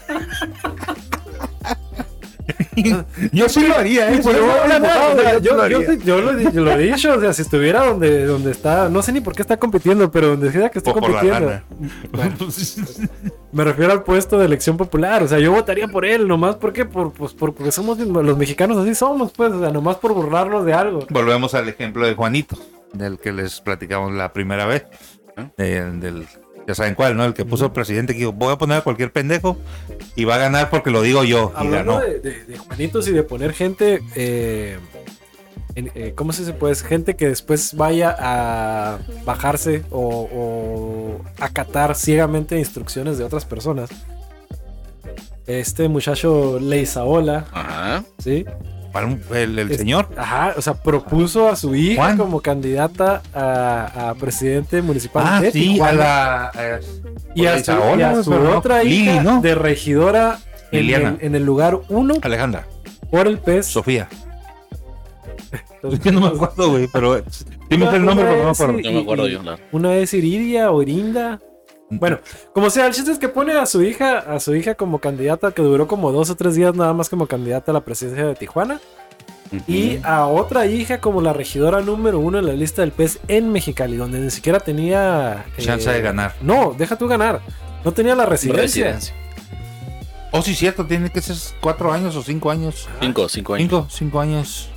Speaker 1: <laughs> yo sí lo haría, ¿eh?
Speaker 3: Sí, pues,
Speaker 1: Yo
Speaker 3: yo,
Speaker 1: fuera
Speaker 3: la neta,
Speaker 1: diputado,
Speaker 3: o
Speaker 1: yo
Speaker 3: sea,
Speaker 1: sí lo
Speaker 3: yo- yo
Speaker 1: haría.
Speaker 3: sí- yo lo, yo lo he dicho, o sea, si estuviera donde, donde está, no sé ni por qué está compitiendo, pero donde sea que esté
Speaker 1: Pues por la
Speaker 3: compitiendo,
Speaker 1: lana. <laughs>
Speaker 3: me refiero al puesto de elección popular, o sea, yo votaría por él, nomás porque, por, pues, por- porque somos los mexicanos así somos, pues, o sea, nomás por burlarnos de algo.
Speaker 1: Volvemos al ejemplo de Juanito, del que les platicamos la primera vez. Eh, del, ya saben cuál, ¿no? El que puso el presidente que dijo, voy a poner a cualquier pendejo y va a ganar porque lo digo yo. Y
Speaker 3: Hablando
Speaker 1: ganó.
Speaker 3: de, de- de Juanitos y de poner gente, eh, en- eh, ¿cómo se dice? Pues gente que después vaya a bajarse o, o acatar ciegamente instrucciones de otras personas. Este muchacho Leisaola,
Speaker 2: Ajá.
Speaker 3: ¿sí?
Speaker 1: Para un- el, el
Speaker 3: Es-
Speaker 1: señor.
Speaker 3: Ajá, o sea, propuso a su hija
Speaker 1: Juan.
Speaker 3: como candidata a, a presidente municipal
Speaker 1: Ah,
Speaker 3: de
Speaker 1: sí, a
Speaker 3: Tijuana.
Speaker 1: la. eh,
Speaker 3: y a su,
Speaker 1: Leisaola,
Speaker 3: y a
Speaker 1: pues,
Speaker 3: su
Speaker 1: pero no.
Speaker 3: otra
Speaker 1: Lili,
Speaker 3: hija
Speaker 1: ¿no?
Speaker 3: de regidora en
Speaker 1: Liliana.
Speaker 3: el, en el lugar 1
Speaker 1: Alejandra,
Speaker 3: por el E
Speaker 1: <laughs>
Speaker 3: PES.
Speaker 1: Sofía. Es <laughs> que no me acuerdo, güey, pero. eh, Sí me sé el nombre, pero no me acuerdo.
Speaker 2: No me acuerdo yo. claro.
Speaker 3: Una es Iridia o Irinda. Bueno, como sea, el chiste es que pone a su hija, a su hija como candidata, que duró como dos o tres días nada más como candidata a la presidencia de Tijuana. Y a otra hija como la regidora número uno en la lista del PES en Mexicali, donde ni siquiera tenía eh,
Speaker 1: Chance de ganar.
Speaker 3: No, deja tú ganar. No tenía la residencia.
Speaker 2: Residencia.
Speaker 1: Oh, sí, cierto, tiene que ser cuatro años o cinco años.
Speaker 3: Ah.
Speaker 2: Cinco, cinco años.
Speaker 1: Cinco, cinco años.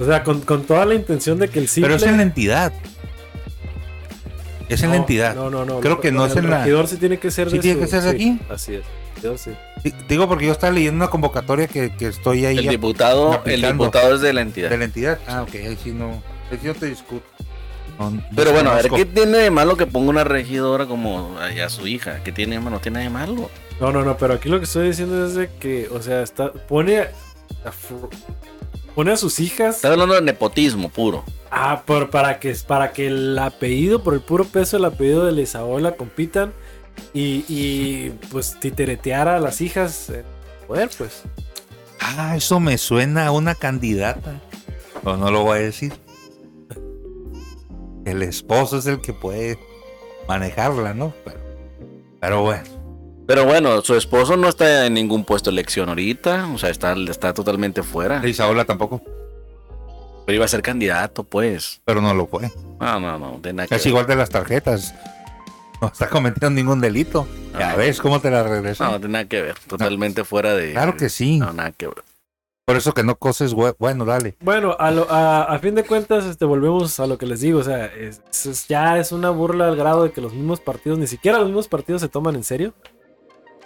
Speaker 3: O sea, con, con toda la intención de que el simple...
Speaker 1: Pero es en la entidad. Es en la
Speaker 3: No,
Speaker 1: entidad.
Speaker 3: No, no, no.
Speaker 1: Creo que no
Speaker 3: el
Speaker 1: es en la-
Speaker 3: regidor sí tiene que ser
Speaker 1: Sí
Speaker 3: de
Speaker 1: tiene
Speaker 3: su-
Speaker 1: que ser de
Speaker 3: sí,
Speaker 1: aquí.
Speaker 3: Así es. regidor sí.
Speaker 1: Di- Digo porque yo estaba leyendo una convocatoria que, que estoy ahí
Speaker 2: El
Speaker 1: ya-
Speaker 2: diputado, el
Speaker 1: aplicando.
Speaker 2: diputado es de la entidad.
Speaker 1: de la entidad. Ah, ok, ahí sí no. Ahí sí no te discuto. No, no
Speaker 2: Pero bueno, a ver,
Speaker 1: conozco.
Speaker 2: ¿qué tiene de malo que ponga una regidora como a, a su hija? ¿Qué tiene de malo? ¿No tiene de malo?
Speaker 3: No, no, no, pero aquí lo que estoy diciendo es de que, o sea, está, pone, a, a fu- pone a sus hijas
Speaker 2: Está hablando de nepotismo puro.
Speaker 3: ah, por, para, que, para que el apellido, por el puro peso del apellido de Lisaola compitan y, y pues titeretear a las hijas. en Poder, pues.
Speaker 1: Ah, eso me suena a una candidata. O no lo voy a decir. El esposo es el que puede manejarla, ¿no? Pero, pero bueno.
Speaker 2: Pero bueno, su esposo no está en ningún puesto de elección ahorita, o sea, está, está totalmente fuera.
Speaker 1: Y Saola tampoco,
Speaker 2: Pero iba a ser candidato, pues.
Speaker 1: pero no lo fue.
Speaker 2: No, no, no, de nada que
Speaker 1: Es
Speaker 2: ver.
Speaker 1: igual de las tarjetas. No está cometiendo ningún delito. Ya
Speaker 2: Ah.
Speaker 1: ves cómo te la regresan.
Speaker 2: No, de nada que ver, totalmente fuera de...
Speaker 1: claro que sí.
Speaker 2: No, nada que ver.
Speaker 1: Por eso que no coses, hue- bueno, dale.
Speaker 3: Bueno, a, lo- a, a fin de cuentas, este, volvemos a lo que les digo. O sea, es- es- ya es una burla al grado de que los mismos partidos, ni siquiera los mismos partidos se toman en serio.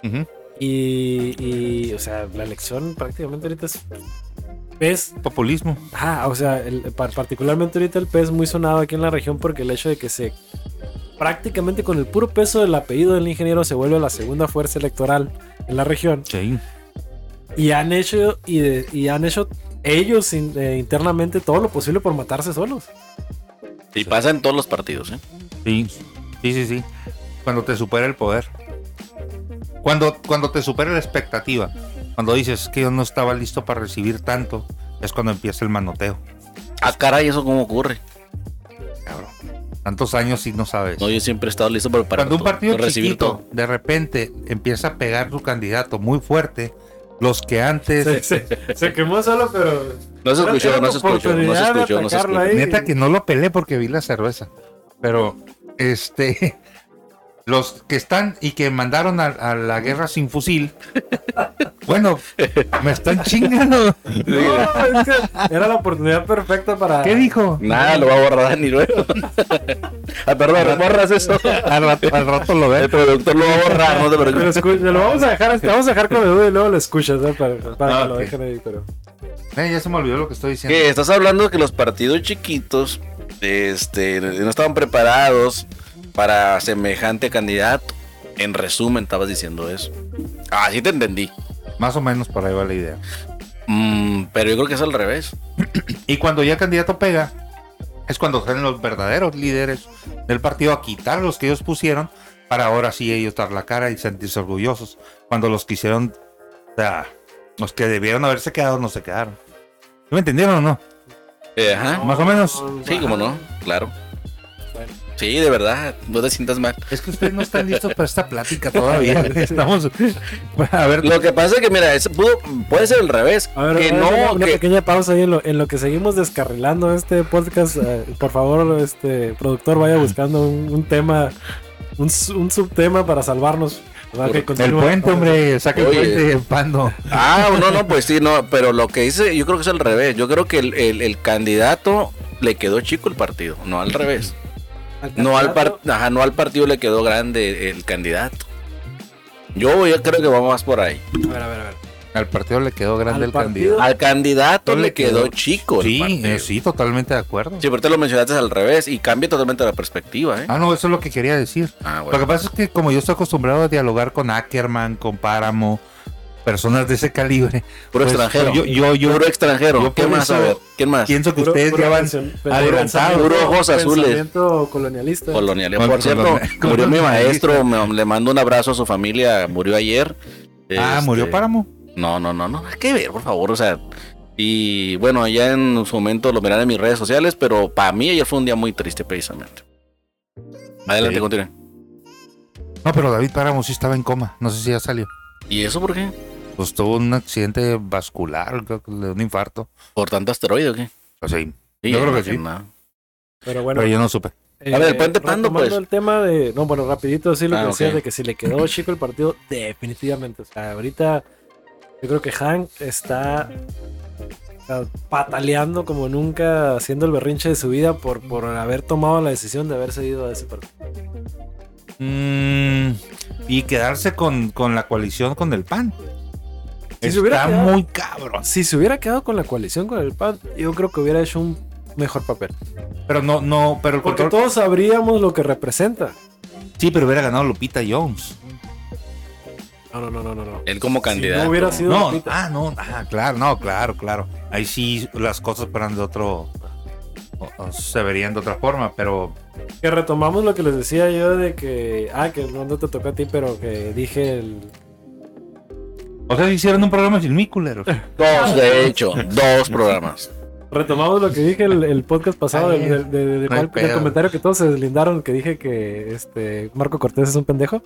Speaker 1: Ujú.
Speaker 3: Y, y, o sea, la elección prácticamente ahorita es. PES,
Speaker 1: Populismo.
Speaker 3: ah, o sea, el- par- particularmente ahorita el PES muy sonado aquí en la región porque el hecho de que se. Prácticamente con el puro peso del apellido del ingeniero se vuelve la segunda fuerza electoral en la región.
Speaker 1: Sí.
Speaker 3: Y han hecho, y, de- y han hecho ellos in- eh, internamente todo lo posible por matarse solos.
Speaker 2: Y pasa en todos los partidos, ¿eh?
Speaker 1: Sí, sí, sí, sí. Cuando te supera el poder. Cuando, cuando te supera la expectativa. Cuando dices que yo no estaba listo para recibir tanto, es cuando empieza el manoteo.
Speaker 2: Ah, caray, ¿eso cómo ocurre?
Speaker 1: Cabrón. Tantos años y no sabes.
Speaker 2: No, yo siempre he estado listo para, para
Speaker 1: cuando un
Speaker 2: todo,
Speaker 1: partido
Speaker 2: para recibir
Speaker 1: chiquito
Speaker 2: todo.
Speaker 1: de repente empieza a pegar su candidato muy fuerte, los que antes...
Speaker 3: Se, se- se quemó solo, pero.
Speaker 2: No se
Speaker 3: Era
Speaker 2: escuchó,
Speaker 3: tu
Speaker 2: no se escuchó, no se
Speaker 3: oportunidad de
Speaker 2: escuchó, no se
Speaker 3: atacarlo
Speaker 2: escuchó.
Speaker 3: ahí.
Speaker 1: Neta que no lo peleé porque vi la cerveza. Pero, este. <laughs> Los que están y que mandaron a, a la guerra sin fusil. <laughs> Bueno, me están chingando.
Speaker 3: No, es que era la oportunidad perfecta para.
Speaker 1: ¿Qué dijo?
Speaker 2: Nada, lo va a borrar ni
Speaker 1: <laughs>
Speaker 2: luego. ah, perdón, borras eso.
Speaker 1: Al rato, al rato lo
Speaker 2: El
Speaker 1: ve.
Speaker 2: productor lo va a borrar, no te
Speaker 3: Pero
Speaker 2: preocupes.
Speaker 3: escu- lo vamos a dejar, te vamos a dejar con el duda y luego lo escuchas, ¿eh? Para, para
Speaker 1: Ah,
Speaker 3: que lo
Speaker 1: ok.
Speaker 3: dejen ahí, pero.
Speaker 1: Eh, ya se me olvidó lo que estoy diciendo.
Speaker 2: Que estás hablando de que los partidos chiquitos este, no estaban preparados para semejante candidato. En resumen, estabas diciendo eso. Ah, sí te entendí.
Speaker 1: Más o menos por ahí va la idea.
Speaker 2: Mm, pero yo creo que es al revés.
Speaker 1: Y cuando ya el candidato pega, es cuando salen los verdaderos líderes del partido a quitar los que ellos pusieron para ahora sí ellos dar la cara y sentirse orgullosos. Cuando los quisieron, o sea, los que debieron haberse quedado no se quedaron. ¿Sí ¿Me entendieron o no?
Speaker 2: Eh, Ajá.
Speaker 1: Más o menos.
Speaker 2: Sí, como no, claro. Sí, de verdad, no te sientas mal.
Speaker 1: Es que ustedes no están listos para esta plática todavía. <laughs> Estamos. A ver,
Speaker 2: Lo que pasa es que, mira, es- pudo- puede ser al revés.
Speaker 3: A ver,
Speaker 2: que
Speaker 3: a ver, una,
Speaker 2: no,
Speaker 3: una
Speaker 2: que-
Speaker 3: pequeña pausa ahí en lo, en lo que seguimos descarrilando este podcast. eh, por favor, este productor, vaya buscando un, un tema, un, su- un subtema para salvarnos. ¿verdad? Que
Speaker 1: el
Speaker 3: continúa.
Speaker 1: puente, hombre, saca el
Speaker 2: Oye.
Speaker 1: puente, pando.
Speaker 2: Ah, no, no, pues sí, no, pero lo que dice, yo creo que es al revés. Yo creo que el, el- el candidato le quedó chico el partido, no al revés. No al, par- ajá, no al partido le quedó grande el candidato. Yo, voy- yo creo que vamos más por ahí.
Speaker 3: A ver, a ver, a ver.
Speaker 1: Al partido le quedó grande
Speaker 3: Al
Speaker 1: el
Speaker 3: partido.
Speaker 1: candidato.
Speaker 2: Al candidato
Speaker 1: No
Speaker 2: le
Speaker 1: le
Speaker 2: quedó
Speaker 1: quedó.
Speaker 2: chico el
Speaker 1: Sí,
Speaker 2: partido.
Speaker 1: eh, sí, totalmente de acuerdo.
Speaker 2: Sí, pero te lo mencionaste al revés y cambia totalmente la perspectiva, ¿eh?
Speaker 1: Ah, no, eso es lo que quería decir.
Speaker 2: Ah,
Speaker 1: Lo
Speaker 2: bueno.
Speaker 1: que pasa es que como yo estoy acostumbrado a dialogar con Ackerman, con Páramo, personas de ese calibre,
Speaker 2: Puro
Speaker 1: pues,
Speaker 2: extranjero.
Speaker 1: yo- yo- yo-
Speaker 2: puro extranjero.
Speaker 1: yo
Speaker 2: ¿Quién
Speaker 1: por
Speaker 2: más?
Speaker 1: eso-
Speaker 2: A ver, ¿quién más?
Speaker 1: pienso que
Speaker 3: Puro-
Speaker 1: ustedes
Speaker 3: puro
Speaker 1: ya van
Speaker 3: pensión- pen-
Speaker 1: adelantados.
Speaker 2: puro ojos azules.
Speaker 3: Pensamiento colonialista.
Speaker 2: Colonial.
Speaker 1: Con-
Speaker 2: Por cierto,
Speaker 1: colonial-
Speaker 2: murió mi
Speaker 1: <laughs> colonialista.
Speaker 2: maestro, me- le mando un abrazo a su familia, murió ayer.
Speaker 1: Ah,
Speaker 2: Este,
Speaker 1: murió Páramo.
Speaker 2: No, no, no, no, hay que ver, por favor, o sea. Y bueno, ya en su momento lo verán en mis redes sociales, pero para mí ayer fue un día muy triste precisamente. Adelante,
Speaker 1: Ok.
Speaker 2: continúe.
Speaker 1: No, pero David Páramo sí estaba en coma. No sé si ya salió.
Speaker 2: ¿Y eso por qué?
Speaker 1: Pues tuvo un accidente vascular, creo que le dio un infarto.
Speaker 2: ¿Por tanto asteroide o qué?
Speaker 1: O sea, yo
Speaker 2: Sí,
Speaker 1: Yo creo que
Speaker 2: no,
Speaker 1: sí.
Speaker 2: nada.
Speaker 3: Pero bueno,
Speaker 1: pero yo no supe.
Speaker 2: A ver, el puente
Speaker 3: Eh, retomando
Speaker 2: Pando, pues.
Speaker 3: el tema de. No, bueno, rapidito sí lo
Speaker 2: Ah,
Speaker 3: que decías
Speaker 2: ok.
Speaker 3: de que si
Speaker 2: <clears throat>
Speaker 3: le quedó chico el partido, definitivamente. O sea, ahorita yo creo que Hank está o sea, pataleando como nunca, haciendo el berrinche de su vida por, por haber tomado la decisión de haberse ido a ese partido.
Speaker 1: Mm, y quedarse con, con la coalición con el PAN.
Speaker 3: Si se hubiera
Speaker 1: Está
Speaker 3: quedado-
Speaker 1: muy cabrón.
Speaker 3: Si se hubiera quedado con la coalición con el PAN, yo creo que hubiera hecho un mejor papel.
Speaker 1: Pero no, no, pero el
Speaker 3: Porque
Speaker 1: control-
Speaker 3: todos sabríamos lo que representa.
Speaker 1: Sí, pero hubiera ganado Lupita Jones.
Speaker 3: No, no, no, no, no. no.
Speaker 2: Él como candidato.
Speaker 3: Si no hubiera sido
Speaker 1: No,
Speaker 3: Lupita.
Speaker 1: ah, no, ah, claro, no, claro, claro. Ahí sí las cosas fueran de otro. o- o se verían de otra forma, pero.
Speaker 3: Que retomamos lo que les decía yo de que. Ah, que no no te tocó a ti, pero que dije el.
Speaker 2: Eh,
Speaker 1: O sea, hicieron un programa sin mí, culeros.
Speaker 2: Dos, de hecho, dos programas.
Speaker 3: Retomamos lo que dije el, el podcast pasado
Speaker 1: Ay,
Speaker 3: del, del- del- del
Speaker 1: no hay
Speaker 3: cual- del
Speaker 1: pedo.
Speaker 3: comentario que todos se deslindaron que dije que este Marco Cortés es
Speaker 1: <laughs>
Speaker 3: un pendejo.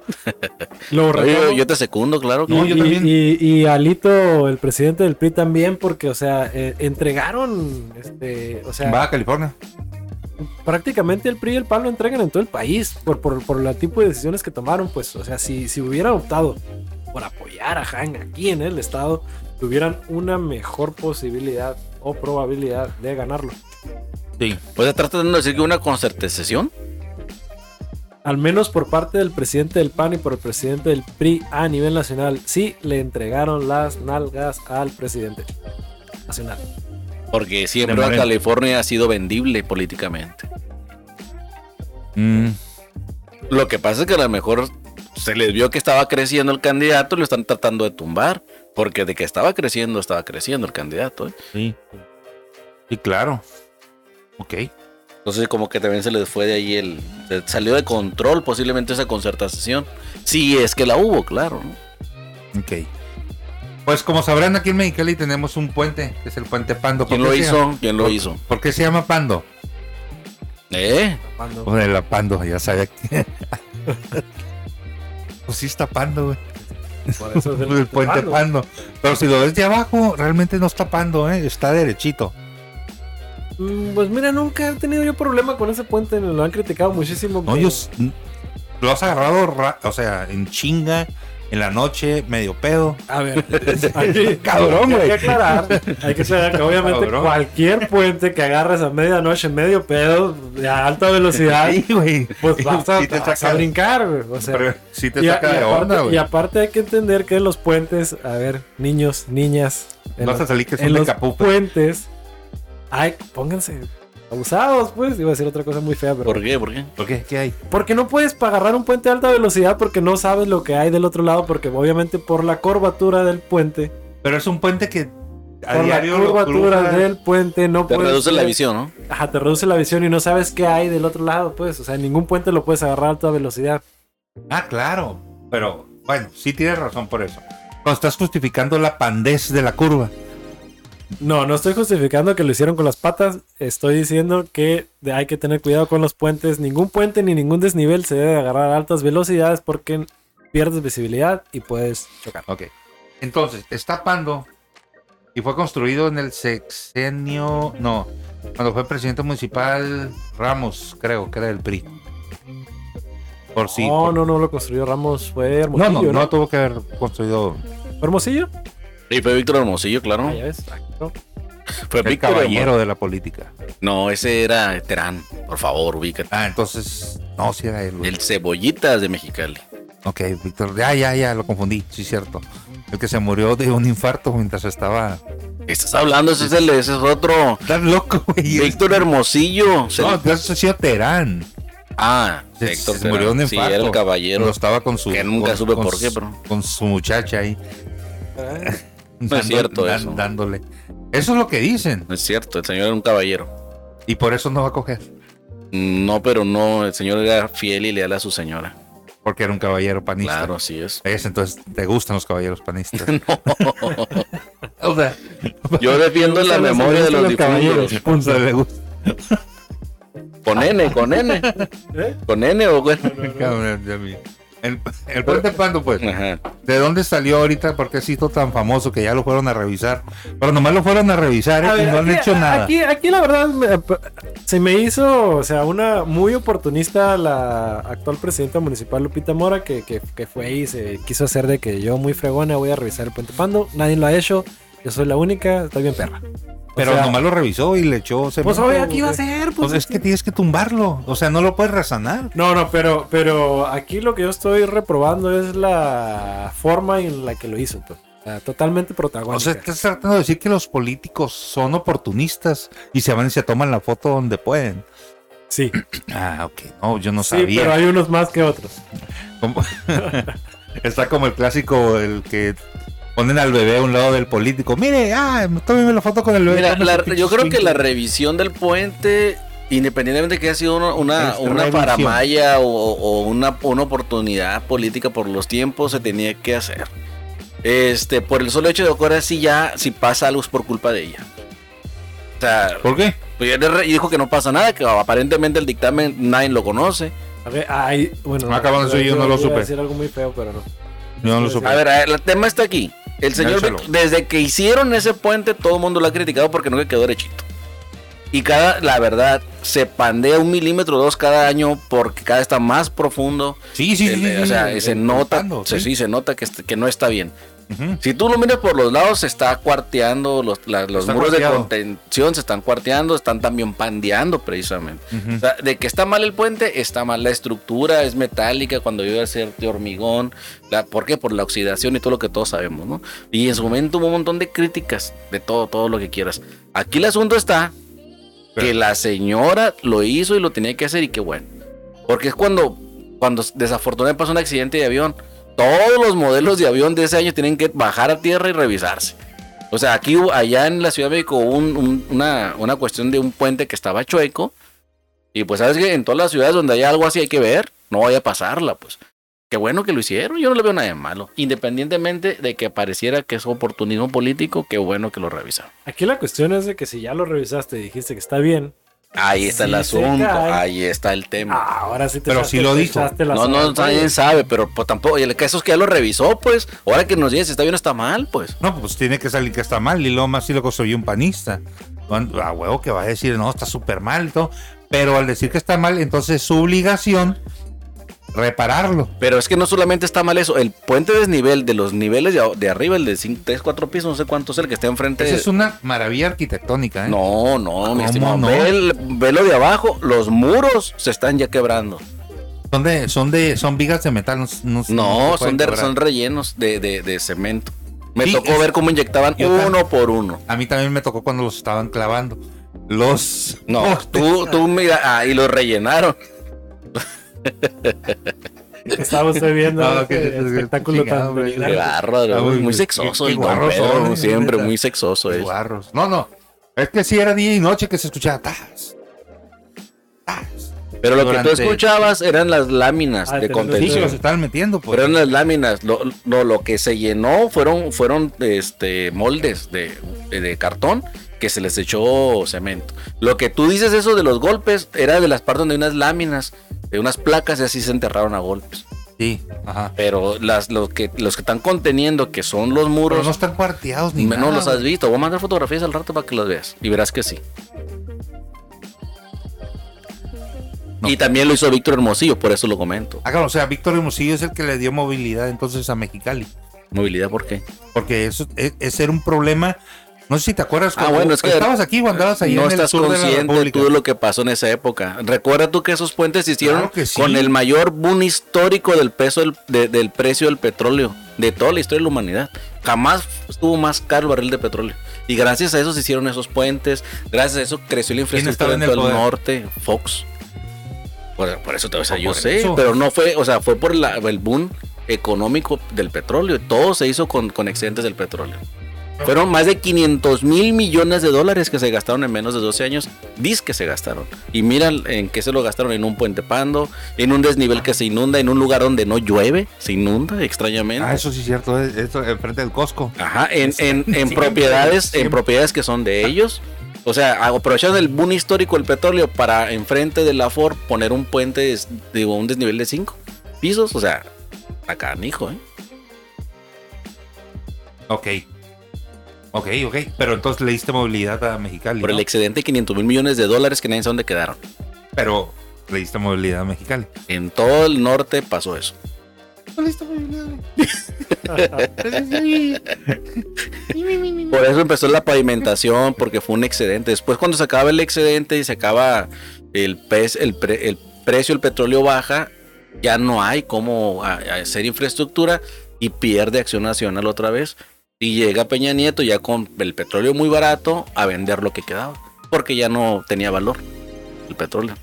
Speaker 3: Lo
Speaker 2: Oye,
Speaker 3: retomo.
Speaker 2: yo, yo te secundo, claro.
Speaker 1: No,
Speaker 3: y,
Speaker 1: yo
Speaker 3: y-
Speaker 1: también.
Speaker 3: y- y Alito, el presidente del PRI también, porque, o sea, eh, entregaron, este, o sea,
Speaker 1: Va a California.
Speaker 3: prácticamente el PRI y el PAN lo entregan en todo el país por, por, por el tipo de decisiones que tomaron, pues, o sea, si, si hubieran optado por apoyar a Han aquí en el estado, tuvieran una mejor posibilidad o probabilidad de ganarlo.
Speaker 2: Sí. Pues estás tratando de decir que una concertación.
Speaker 3: Al menos por parte del presidente del PAN y por el presidente del PRI a nivel nacional, sí le entregaron las nalgas al presidente nacional.
Speaker 2: Porque siempre
Speaker 1: De Morena.
Speaker 2: California ha sido vendible políticamente.
Speaker 1: Mm,
Speaker 2: Lo que pasa es que a lo mejor se les vio que estaba creciendo el candidato y lo están tratando de tumbar. Porque de que estaba creciendo, estaba creciendo el candidato. ¿eh?
Speaker 1: sí. Sí, claro. Ok.
Speaker 2: Entonces como que también se les fue de ahí el... se salió de control posiblemente esa concertación. Si es que la hubo, claro. ¿no?
Speaker 1: Ok. Pues como sabrán, aquí en Mexicali tenemos un puente, que es el puente Pando.
Speaker 2: ¿Quién
Speaker 1: ¿Por
Speaker 2: lo
Speaker 1: qué se llama-
Speaker 2: hizo? ¿Quién lo hizo?
Speaker 1: ¿Por qué se llama Pando?
Speaker 2: ¿Eh?
Speaker 3: Cuando-
Speaker 1: Bueno, la Pando, ya
Speaker 2: <laughs>
Speaker 1: sabía que. pues sí está Pando, güey.
Speaker 3: por eso es
Speaker 1: Pues, <laughs> El, puente
Speaker 3: Pando.
Speaker 1: Pando. Pero si lo ves de abajo, realmente no está Pando, ¿eh? Está derechito.
Speaker 3: Mm, Pues mira, nunca he tenido yo problema con ese puente, lo han criticado muchísimo.
Speaker 1: No,
Speaker 3: pero-
Speaker 1: ellos lo has agarrado, ra- o sea, en chinga, en la noche, medio pedo.
Speaker 3: A ver, aquí-
Speaker 1: <laughs> Cabrón,
Speaker 3: Hay
Speaker 1: güey.
Speaker 3: que aclarar, hay que aclarar que obviamente
Speaker 1: Cabrón.
Speaker 3: cualquier puente que agarres a medianoche, medio pedo, a alta velocidad,
Speaker 1: Sí, güey.
Speaker 3: pues vas a,
Speaker 1: Sí te
Speaker 3: vas a
Speaker 1: saca-
Speaker 3: brincar, güey, o sea,
Speaker 1: Pero sí te
Speaker 3: y, a-
Speaker 1: saca
Speaker 3: y
Speaker 1: de
Speaker 3: aparte,
Speaker 1: onda,
Speaker 3: y
Speaker 1: güey.
Speaker 3: aparte hay que entender que los puentes, a ver, niños, niñas, en
Speaker 1: Vas a
Speaker 3: los,
Speaker 1: salir que
Speaker 3: en
Speaker 1: son de
Speaker 3: los
Speaker 1: capupe.
Speaker 3: puentes, ay, pónganse abusados, pues, iba a decir otra cosa muy fea, pero
Speaker 2: ¿Por qué? ¿Por qué?
Speaker 1: ¿Por qué? ¿Qué hay?
Speaker 3: Porque no puedes pa- agarrar un puente de alta velocidad porque no sabes lo que hay del otro lado, porque obviamente por la curvatura del puente,
Speaker 1: Pero es un puente que a
Speaker 3: por la
Speaker 1: diario lo
Speaker 3: curvatura
Speaker 1: cruzas.
Speaker 3: del puente no
Speaker 2: Te
Speaker 1: Pues,
Speaker 3: puedes.
Speaker 2: reduce la visión, ¿no?
Speaker 3: Ajá, te reduce la visión y no sabes qué hay del otro lado, pues. O sea, ningún puente lo puedes agarrar a alta velocidad.
Speaker 1: Ah, claro. Pero bueno, sí tienes razón por eso. Cuando estás justificando la pandez de la curva.
Speaker 3: No, no estoy justificando que lo hicieron con las patas. Estoy diciendo que de- hay que tener cuidado con los puentes. Ningún puente ni ningún desnivel se debe agarrar a altas velocidades porque pierdes visibilidad y pues, puedes chocar.
Speaker 1: Ok. Entonces, está Pando y fue construido en el sexenio. No, cuando fue presidente municipal Ramos, creo que era del PRI. Por si.
Speaker 3: no,
Speaker 1: por-
Speaker 3: no, no lo construyó Ramos. Fue
Speaker 1: no,
Speaker 3: Hermosillo.
Speaker 1: no,
Speaker 3: No,
Speaker 1: no tuvo que haber construido
Speaker 3: ¿Fue Hermosillo?
Speaker 2: Y fue Víctor Hermosillo, claro.
Speaker 3: Ah, ya ves. Ah, no.
Speaker 2: Fue
Speaker 1: el
Speaker 2: Víctor Hermosillo.
Speaker 1: caballero de la política.
Speaker 2: No, ese era Terán. Por favor, ubícate.
Speaker 1: Ah, entonces. No, sí era él. güey.
Speaker 2: El Cebollitas de Mexicali.
Speaker 1: Ok, Víctor. Ya, ya, ya, lo confundí. Sí, cierto. El que se murió de un infarto mientras estaba.
Speaker 2: Estás hablando, ese es, el- ese es otro.
Speaker 1: Tan loco, güey.
Speaker 2: Víctor Hermosillo. Se-
Speaker 1: No, eso ha sido Terán.
Speaker 2: ah,
Speaker 1: Se,
Speaker 2: Héctor
Speaker 1: se
Speaker 2: Terán.
Speaker 1: murió de un
Speaker 2: Sí,
Speaker 1: infarto.
Speaker 2: era el caballero.
Speaker 1: Cuando estaba con su.
Speaker 2: que nunca
Speaker 1: con-
Speaker 2: supe
Speaker 1: con
Speaker 2: por
Speaker 1: su-
Speaker 2: qué, pero-
Speaker 1: Con su muchacha ahí.
Speaker 3: Ah.
Speaker 2: No es Pues cierto eso.
Speaker 1: Dándole. Eso es lo que dicen.
Speaker 2: No es cierto, el señor era un caballero.
Speaker 1: Y por eso no va a coger.
Speaker 2: No, pero no, el señor era fiel y leal a su señora.
Speaker 1: Porque era un caballero panista.
Speaker 2: Claro,
Speaker 1: <laughs>
Speaker 2: así es.
Speaker 1: Es, entonces, ¿te gustan los caballeros
Speaker 2: <laughs>
Speaker 1: panistas?
Speaker 2: O sea, Yo defiendo la
Speaker 3: Me gustan
Speaker 2: memoria de
Speaker 3: los
Speaker 2: los
Speaker 3: caballeros.
Speaker 1: <laughs>
Speaker 2: difuntos.
Speaker 1: O sea, le gusta.
Speaker 2: Con N,
Speaker 1: <laughs>
Speaker 2: con N.
Speaker 3: ¿Eh?
Speaker 2: Con N o con...
Speaker 1: Cabrón, ya vi. El, el puente Pando, pues,
Speaker 2: Ajá.
Speaker 1: ¿de dónde salió ahorita? Porque se hizo tan famoso que ya lo fueron a revisar. Pero nomás lo fueron a revisar ¿eh?
Speaker 3: A ver,
Speaker 1: y no han
Speaker 3: aquí-
Speaker 1: hecho
Speaker 3: a-
Speaker 1: nada.
Speaker 3: Aquí, aquí la verdad me- p- se me hizo, o sea, una muy oportunista la actual presidenta municipal Lupita Mora que, que- que fue y se quiso hacer de que yo muy fregona voy a revisar el puente Pando. Nadie lo ha hecho, yo soy la única, estoy bien perra. O
Speaker 1: pero
Speaker 3: sea,
Speaker 1: nomás lo revisó y le echó
Speaker 3: pues
Speaker 1: cemento,
Speaker 3: obvio, aquí va a
Speaker 1: güey.
Speaker 3: ser, pues,
Speaker 1: Pues es que tienes que tumbarlo. O sea, no lo puedes resanar.
Speaker 3: No, no, pero, pero aquí lo que yo estoy reprobando es la forma en la que lo hizo. pues. O sea, totalmente
Speaker 1: O sea,
Speaker 3: protagonista.
Speaker 1: estás tratando de decir que los políticos son oportunistas y se van y se toman la foto donde pueden.
Speaker 3: sí,
Speaker 1: Ah, ok. No, yo no
Speaker 3: sí,
Speaker 1: sabía.
Speaker 3: pero hay unos más que otros.
Speaker 1: Como- <laughs> Está como el clásico, el que ponen al bebé a un lado del político. Mire, ah, tómeme la foto con el bebé.
Speaker 2: Mira,
Speaker 1: Tómeme
Speaker 2: la-
Speaker 1: su pinche
Speaker 2: yo creo que
Speaker 1: swing.
Speaker 2: la revisión del puente, independientemente de que haya sido una, una,
Speaker 1: Es
Speaker 2: una
Speaker 1: revisión.
Speaker 2: paramaya o, o una, una oportunidad política por los tiempos, se tenía que hacer. Este, por el solo hecho de que ahora sí ya, si pasa algo es por culpa de ella. O sea,
Speaker 1: ¿Por qué?
Speaker 2: pues ya le re- y dijo que no pasa nada, que aparentemente el dictamen nadie lo conoce.
Speaker 3: A ver, ay, bueno.
Speaker 1: Ah, cabrón, eso yo no lo
Speaker 3: iba a
Speaker 1: supe.
Speaker 3: decir algo muy feo, pero no.
Speaker 1: Yo no lo
Speaker 3: Sí,
Speaker 1: supe.
Speaker 2: A ver, a ver, el tema está aquí. El señor,
Speaker 1: Dígaselo.
Speaker 2: Vic- desde que hicieron ese puente, todo el mundo lo ha criticado porque no le quedó derechito. Y cada, la verdad, se pandea un milímetro o dos cada año porque cada está más profundo.
Speaker 1: Sí, sí, sí,
Speaker 2: El-
Speaker 1: sí,
Speaker 2: o
Speaker 1: sí,
Speaker 2: sea,
Speaker 1: sí,
Speaker 2: se
Speaker 1: sí,
Speaker 2: nota,
Speaker 1: cortando,
Speaker 2: se-
Speaker 1: sí.
Speaker 2: sí, se nota que, est- que no está bien.
Speaker 1: Ujú.
Speaker 2: Si tú lo miras por los lados, se está cuarteando, los, la- los
Speaker 1: Está
Speaker 2: muros de
Speaker 1: cuarteado.
Speaker 2: contención se están cuarteando, están también pandeando precisamente. O sea, de que está mal el puente, está mal la estructura, es metálica cuando iba a ser de hormigón. La, ¿Por qué? Por la oxidación y todo lo que todos sabemos, ¿no? Y en su momento hubo un montón de críticas de todo, todo lo que quieras. Aquí el asunto está que
Speaker 1: Pero-
Speaker 2: la señora lo hizo y lo tenía que hacer y qué bueno. Porque es cuando, cuando desafortunadamente pasa un accidente de avión, todos los modelos de avión de ese año tienen que bajar a tierra y revisarse. O sea, aquí, hubo- allá en la Ciudad de México, hubo un- un- una, una cuestión de un puente que estaba chueco. Y pues, sabes que en todas las ciudades donde hay algo así hay que ver, no vaya a pasarla, pues. Qué bueno que lo hicieron, yo no le veo nada de malo. Independientemente de que pareciera que es oportunismo político, qué bueno que lo revisaron.
Speaker 3: Aquí la cuestión es de que si ya lo revisaste y dijiste que está bien,
Speaker 2: Ahí está
Speaker 3: Sí,
Speaker 2: el
Speaker 3: se
Speaker 2: asunto,
Speaker 3: cae.
Speaker 2: ahí está el tema.
Speaker 3: ahora sí te
Speaker 1: Pero
Speaker 3: echaste-
Speaker 1: sí lo
Speaker 3: te
Speaker 1: dijo.
Speaker 3: echaste la
Speaker 2: No,
Speaker 3: soga
Speaker 2: no,
Speaker 3: al cuello.
Speaker 2: nadie sabe, pero pues, tampoco. Y el caso es que ya lo revisó, pues. Ahora que nos dice si está bien o está mal, pues.
Speaker 1: No, pues tiene que salir que está mal y luego más si lo construyó un panista. Bueno, A huevo que va a decir, no, está súper mal y todo. Pero al decir que está mal, entonces es su obligación repararlo.
Speaker 2: Pero es que no solamente está mal eso, el puente desnivel de los niveles de, de arriba, el de 3, 4 pisos, no sé cuánto es el que está enfrente.
Speaker 1: Esa
Speaker 2: de-
Speaker 1: es una maravilla arquitectónica, ¿eh?
Speaker 2: No, no, mi
Speaker 1: ¿Cómo
Speaker 2: estimado.
Speaker 1: no?
Speaker 2: Ve, el- ve lo de abajo, los muros se están ya quebrando.
Speaker 1: Son de, son de, son vigas de metal. No, no- no
Speaker 2: No,
Speaker 1: se
Speaker 2: son,
Speaker 1: pueden
Speaker 2: de-
Speaker 1: quebrar.
Speaker 2: son rellenos de, de- de cemento. Me
Speaker 1: Sí,
Speaker 2: tocó
Speaker 1: es-
Speaker 2: ver cómo inyectaban
Speaker 1: Yo tam-
Speaker 2: uno por uno.
Speaker 1: A mí también me tocó cuando los estaban clavando. Los. ¡Oh,
Speaker 2: No,
Speaker 1: postes.
Speaker 2: tú, tú mira, ahí lo rellenaron.
Speaker 3: Estaba usted
Speaker 1: <laughs>
Speaker 3: viendo
Speaker 1: No,
Speaker 3: este
Speaker 1: que- que-
Speaker 3: espectáculo
Speaker 1: chingado,
Speaker 3: tan
Speaker 1: hombre.
Speaker 2: Qué
Speaker 3: brillante.
Speaker 2: bárbaro,
Speaker 1: Ah,
Speaker 2: muy,
Speaker 1: muy-
Speaker 2: muy
Speaker 1: qué-
Speaker 2: sexoso
Speaker 1: qué
Speaker 2: el don
Speaker 1: guarros
Speaker 2: Pedro,
Speaker 1: son, eh,
Speaker 2: siempre
Speaker 1: neta.
Speaker 2: muy sexoso es.
Speaker 1: Guarros. No, no. Es que si era día y noche que se escuchaba. Tas, tas.
Speaker 2: Pero lo que tú
Speaker 1: Durante-
Speaker 2: escuchabas eran las láminas
Speaker 3: Ah,
Speaker 1: Sí,
Speaker 2: de
Speaker 3: te-
Speaker 1: se
Speaker 2: contención.
Speaker 1: los estaban metiendo, pues.
Speaker 2: Pero eran las láminas, lo, lo, lo que se llenó fueron, fueron este, moldes de, de- de cartón que se les echó cemento. Lo que tú dices eso de los golpes era de las partes donde hay unas láminas, de unas placas y así se enterraron a golpes.
Speaker 1: Sí, ajá.
Speaker 2: Pero las, los, que, los que están conteniendo, que son los
Speaker 1: Pero
Speaker 2: muros,
Speaker 1: no están cuarteados ni
Speaker 2: no,
Speaker 1: nada.
Speaker 2: los has visto. Voy a mandar fotografías al rato para que las veas y verás que sí.
Speaker 1: No.
Speaker 2: Y también lo hizo Víctor Hermosillo, por eso lo comento.
Speaker 1: Ah, claro, o sea, Víctor Hermosillo es el que le dio movilidad entonces a Mexicali.
Speaker 2: Movilidad, ¿por qué?
Speaker 1: Porque eso es, ese era un problema. No sé si te acuerdas.
Speaker 2: Ah, bueno, es que
Speaker 1: estabas aquí o andabas ahí
Speaker 2: no
Speaker 1: en el
Speaker 2: estás
Speaker 1: sur de la
Speaker 2: consciente
Speaker 1: República.
Speaker 2: tú de lo que pasó en esa época. Recuerda tú que esos puentes se hicieron
Speaker 1: Claro que sí.
Speaker 2: con el mayor boom histórico del peso del, de- del precio del petróleo de toda la historia de la humanidad. Jamás estuvo más caro el barril de petróleo. Y gracias a eso se hicieron esos puentes, gracias a eso creció la
Speaker 1: ¿Quién
Speaker 2: infraestructura
Speaker 1: estaba
Speaker 2: en
Speaker 1: en el
Speaker 2: todo el
Speaker 1: poder?
Speaker 2: norte, Fox. Por, por eso te, o sea,
Speaker 1: Por
Speaker 2: yo sé,
Speaker 1: eso.
Speaker 2: pero no fue, o sea, fue por la- el boom económico del petróleo. Todo se hizo con, con excedentes del petróleo. Fueron más de 500 mil millones de dólares que se gastaron en menos de 12 años. Diz que se gastaron. Y mira en qué se lo gastaron: en un puente pando, en un desnivel que se inunda, en un lugar donde no llueve, se inunda extrañamente.
Speaker 1: Ah, eso sí es cierto, es- esto enfrente del Costco.
Speaker 2: Ajá, en, en, en
Speaker 1: Siempre,
Speaker 2: propiedades, en
Speaker 1: siempre.
Speaker 2: propiedades que son de ellos. O sea, aprovechando el boom histórico del petróleo para enfrente de la Ford poner un puente, des- digo, un desnivel de 5 pisos. O sea, acá, hijo, ¿eh?
Speaker 1: Ok. Ok, ok. Pero entonces le diste movilidad a Mexicali.
Speaker 2: Por el
Speaker 1: ¿no?
Speaker 2: excedente de 500 mil millones de dólares que nadie sabe dónde quedaron.
Speaker 1: Pero le diste movilidad a Mexicali.
Speaker 2: En todo el norte pasó eso.
Speaker 1: No le diste movilidad.
Speaker 2: Por eso empezó la pavimentación, porque fue un excedente. Después, cuando se acaba el excedente y se acaba el, pez, el, pre- el precio del petróleo baja, ya no hay cómo a- a hacer infraestructura y pierde Acción Nacional otra vez. Y llega Peña Nieto ya con el petróleo muy barato a vender lo que quedaba, porque ya no tenía valor el petróleo.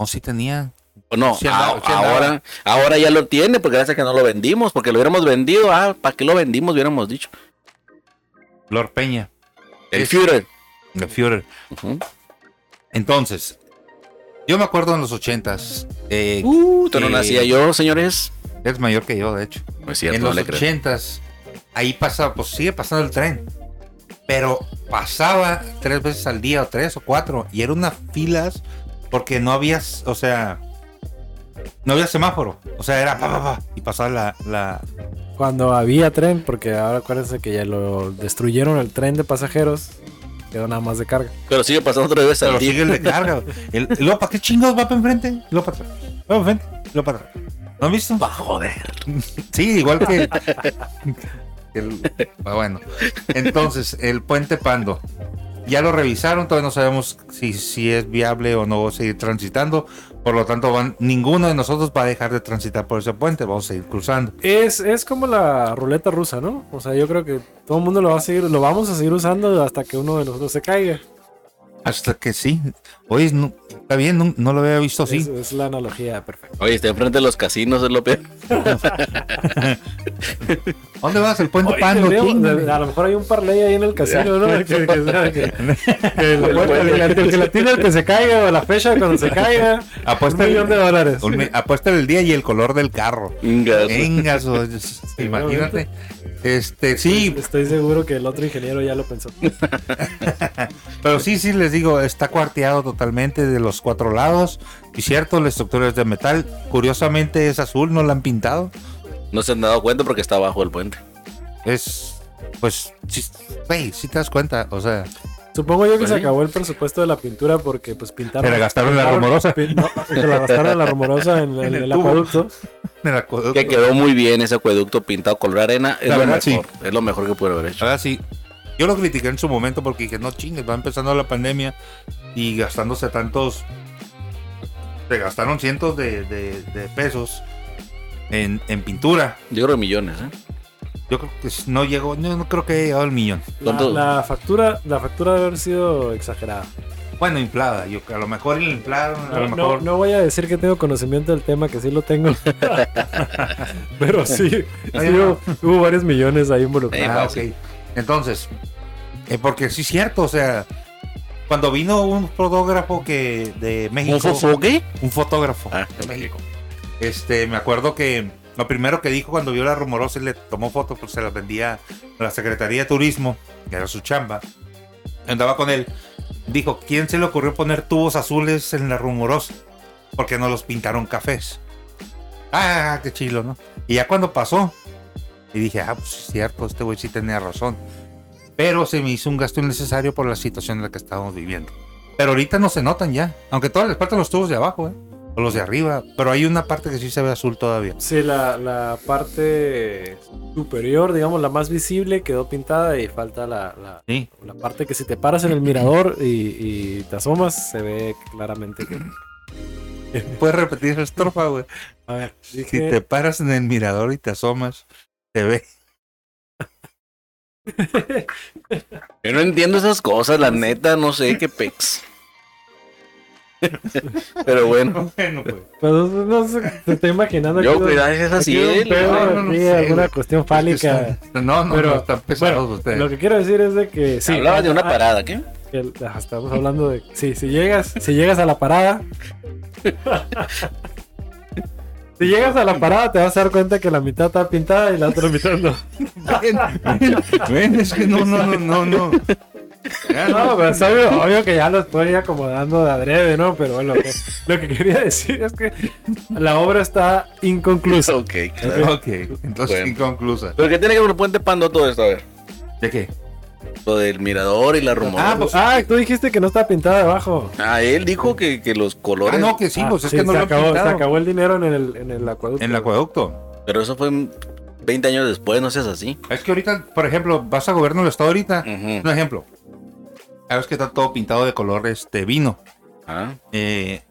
Speaker 1: No, sí tenía.
Speaker 2: O No,
Speaker 1: Sí andaba,
Speaker 2: a-
Speaker 1: sí andaba.
Speaker 2: ahora, ahora ya lo tiene, porque gracias a que no lo vendimos, porque lo hubiéramos vendido, ah, ¿para qué lo vendimos? Hubiéramos dicho.
Speaker 1: Lord Peña,
Speaker 2: El
Speaker 1: Es-
Speaker 2: Führer.
Speaker 1: el Führer.
Speaker 2: Ujú.
Speaker 1: Entonces, yo me acuerdo en los ochentas. Eh,
Speaker 2: Uh, tú no
Speaker 1: que-
Speaker 2: nacía yo, señores.
Speaker 1: Es mayor que yo, de hecho.
Speaker 2: No es cierto,
Speaker 1: en
Speaker 2: no
Speaker 1: los
Speaker 2: le creo.
Speaker 1: ochentas, ahí pasa, pues sigue pasando el tren. pero pasaba tres veces al día o tres o cuatro y eran unas filas porque no habías, o sea, no había semáforo, o sea, era pa, pa, pa, y pasaba la, la,
Speaker 3: Cuando había tren, porque ahora acuérdense que ya lo destruyeron el tren de pasajeros, quedó nada más de carga.
Speaker 2: Pero sigue pasando otra vez al
Speaker 1: pero
Speaker 2: día.
Speaker 1: sigue el de carga. El, el- luego, ¿para qué chingados va para enfrente? Luego para atrás. Luego para enfrente. Luego para atrás. ¿No han visto?
Speaker 2: Va, joder.
Speaker 1: Sí, igual
Speaker 3: <laughs>
Speaker 1: que. el- ah, bueno, entonces, el puente Pando. Ya lo revisaron, todavía no sabemos si, si es viable o no seguir transitando. Por lo tanto, van, ninguno de nosotros va a dejar de transitar por ese puente. Vamos a seguir cruzando.
Speaker 3: Es, es como la ruleta rusa, ¿no? O sea, yo creo que todo el mundo lo va a seguir, lo vamos a seguir usando hasta que uno de nosotros se caiga.
Speaker 1: Hasta que sí. Oye, no- está bien, no, no lo había visto así.
Speaker 3: Es, es la analogía perfecta.
Speaker 2: Oye, está enfrente de los casinos, es lo peor.
Speaker 1: ¿Dónde vas? El puente
Speaker 3: Oye,
Speaker 1: Pando.
Speaker 3: deberíamos-
Speaker 1: chingale.
Speaker 3: de- a lo mejor hay un parlay ahí en el casino, <laughs> ¿no? Que, que- que- que- que la puerta- el, el- el que la tiene, el que se caiga, o la fecha cuando se caiga.
Speaker 1: Apuesta
Speaker 3: <laughs> un millón de dólares.
Speaker 1: Un mi- Apuesta el día y el color del carro.
Speaker 2: Venga.
Speaker 1: Venga,
Speaker 3: <laughs>
Speaker 1: so- imagínate. Este, sí,
Speaker 3: Estoy seguro que el otro ingeniero ya lo pensó.
Speaker 1: pero sí, sí les digo, está cuarteado totalmente de los cuatro lados. Y cierto, la estructura es de metal. Curiosamente es azul, no la han pintado.
Speaker 2: No se han dado cuenta porque está abajo del puente.
Speaker 1: Es, pues, sí, güey, sí te das cuenta. O sea,
Speaker 3: Supongo yo que se
Speaker 2: Sí.
Speaker 3: acabó el presupuesto de la pintura porque pues pintaron.
Speaker 1: Pero gastaron la
Speaker 3: pintaron-
Speaker 1: rumorosa.
Speaker 3: pin- no, que la gastaron la rumorosa en, <laughs> en
Speaker 1: el
Speaker 3: el
Speaker 1: tubo.
Speaker 3: acueducto.
Speaker 1: en el acueducto.
Speaker 2: Que quedó muy bien ese acueducto pintado color arena. Es
Speaker 1: La
Speaker 2: lo
Speaker 1: verdad, Ah.
Speaker 2: mejor. Es lo mejor que puede haber hecho.
Speaker 1: Ahora sí, yo lo critiqué en su momento porque dije, no chingues, va empezando la pandemia y gastándose tantos. Se gastaron cientos de, de- de pesos en, en pintura.
Speaker 2: Yo creo que millones, ¿eh?
Speaker 1: Yo creo que no llegó, yo no creo que haya llegado al millón.
Speaker 3: La,
Speaker 2: Tonto.
Speaker 3: la factura, la factura debe haber sido exagerada.
Speaker 1: Bueno, inflada, yo a lo mejor la inflaron, a
Speaker 3: No,
Speaker 1: lo
Speaker 3: no-
Speaker 1: mejor. Ah,
Speaker 3: no voy a decir que tengo conocimiento del tema, que sí
Speaker 1: <laughs>
Speaker 3: lo tengo. Pero sí, sí
Speaker 1: Oye,
Speaker 3: hubo, hubo varios millones ahí
Speaker 2: Eh,
Speaker 3: involucrados.
Speaker 1: Ah,
Speaker 2: fácil.
Speaker 1: ok. Entonces, eh, porque sí es cierto, o sea, cuando vino un fotógrafo que de México.
Speaker 2: ¿Un fofoque?
Speaker 1: un fotógrafo
Speaker 2: Ah,
Speaker 1: de
Speaker 2: ok.
Speaker 1: México. Este, me acuerdo que lo primero que dijo cuando vio la rumorosa y le tomó fotos, pues se las vendía a la Secretaría de Turismo, que era su chamba. Andaba con él. Dijo, ¿quién se le ocurrió poner tubos azules en la rumorosa? Porque no los pintaron cafés. Ah, qué chilo, ¿no? Y ya cuando pasó, y dije, ah, pues es cierto, este güey sí tenía razón. Pero se me hizo un gasto innecesario por la situación en la que estábamos viviendo. Pero ahorita no se notan ya. Aunque todas les faltan los tubos de abajo, ¿eh? O los de arriba. Pero hay una parte que sí se ve azul todavía.
Speaker 3: Sí, la, la parte superior, digamos, la más visible, quedó pintada y falta la, la-
Speaker 1: Sí.
Speaker 3: la parte que si te paras en el mirador y, y te asomas, se ve claramente que...
Speaker 1: Puedes repetir esa estrofa, güey.
Speaker 3: A ver, dije,
Speaker 1: Si te paras en el mirador y te asomas, te ve.
Speaker 2: Yo no entiendo esas cosas, la neta, no sé qué pex. <laughs> Pero bueno,
Speaker 1: <laughs> Bueno, pues.
Speaker 3: pues, no sé, te estoy imaginando
Speaker 2: yo
Speaker 3: que...
Speaker 2: cuidado, es así.
Speaker 3: aquí un
Speaker 2: ¿eh?
Speaker 3: pedo,
Speaker 1: no, no, no
Speaker 3: aquí,
Speaker 1: sé,
Speaker 3: alguna
Speaker 1: güey.
Speaker 3: cuestión fálica.
Speaker 1: No, no,
Speaker 3: Pero,
Speaker 1: no, están pesados
Speaker 3: bueno,
Speaker 1: ustedes.
Speaker 3: Lo que quiero decir es de que sí.
Speaker 2: Hablaba de una
Speaker 3: ah,
Speaker 2: parada, ¿qué?
Speaker 3: que el- ajá, estamos hablando de. Sí, si llegas, si llegas a la parada. si llegas a la parada, te vas a dar cuenta que la mitad está pintada y la otra mitad no.
Speaker 1: Ven, ven, ven, es que no, no, no, no,
Speaker 3: <laughs>
Speaker 1: no. Ya,
Speaker 3: No, pero es obvio, obvio que ya lo estoy acomodando de adrede, ¿no? Pero bueno, lo que, lo que quería decir es que la obra está inconclusa.
Speaker 2: Ok, claro.
Speaker 1: no. Ok, entonces
Speaker 2: Bueno.
Speaker 1: inconclusa.
Speaker 2: ¿Pero qué tiene que ver el puente Pando todo esto? A ver,
Speaker 1: ¿De qué?
Speaker 2: lo del mirador y la rumor.
Speaker 1: Ah,
Speaker 2: Ah,
Speaker 1: pues-
Speaker 3: Ah, tú dijiste que no está pintada de abajo.
Speaker 2: él dijo que, que los
Speaker 1: Ah,
Speaker 2: colores.
Speaker 1: no, que sí,
Speaker 3: Ah,
Speaker 1: pues es
Speaker 3: sí,
Speaker 1: que no lo
Speaker 3: se
Speaker 1: han
Speaker 3: acabó, se
Speaker 1: pintado.
Speaker 3: acabó el dinero en el, en el acueducto.
Speaker 1: En el acueducto.
Speaker 2: Pero eso fue 20 años después, no seas así.
Speaker 1: Es que ahorita, por ejemplo, vas a gobierno del estado ahorita.
Speaker 2: Ujú.
Speaker 1: Un ejemplo. Sabes que está todo pintado de color este vino.
Speaker 2: Ah,
Speaker 1: Eh,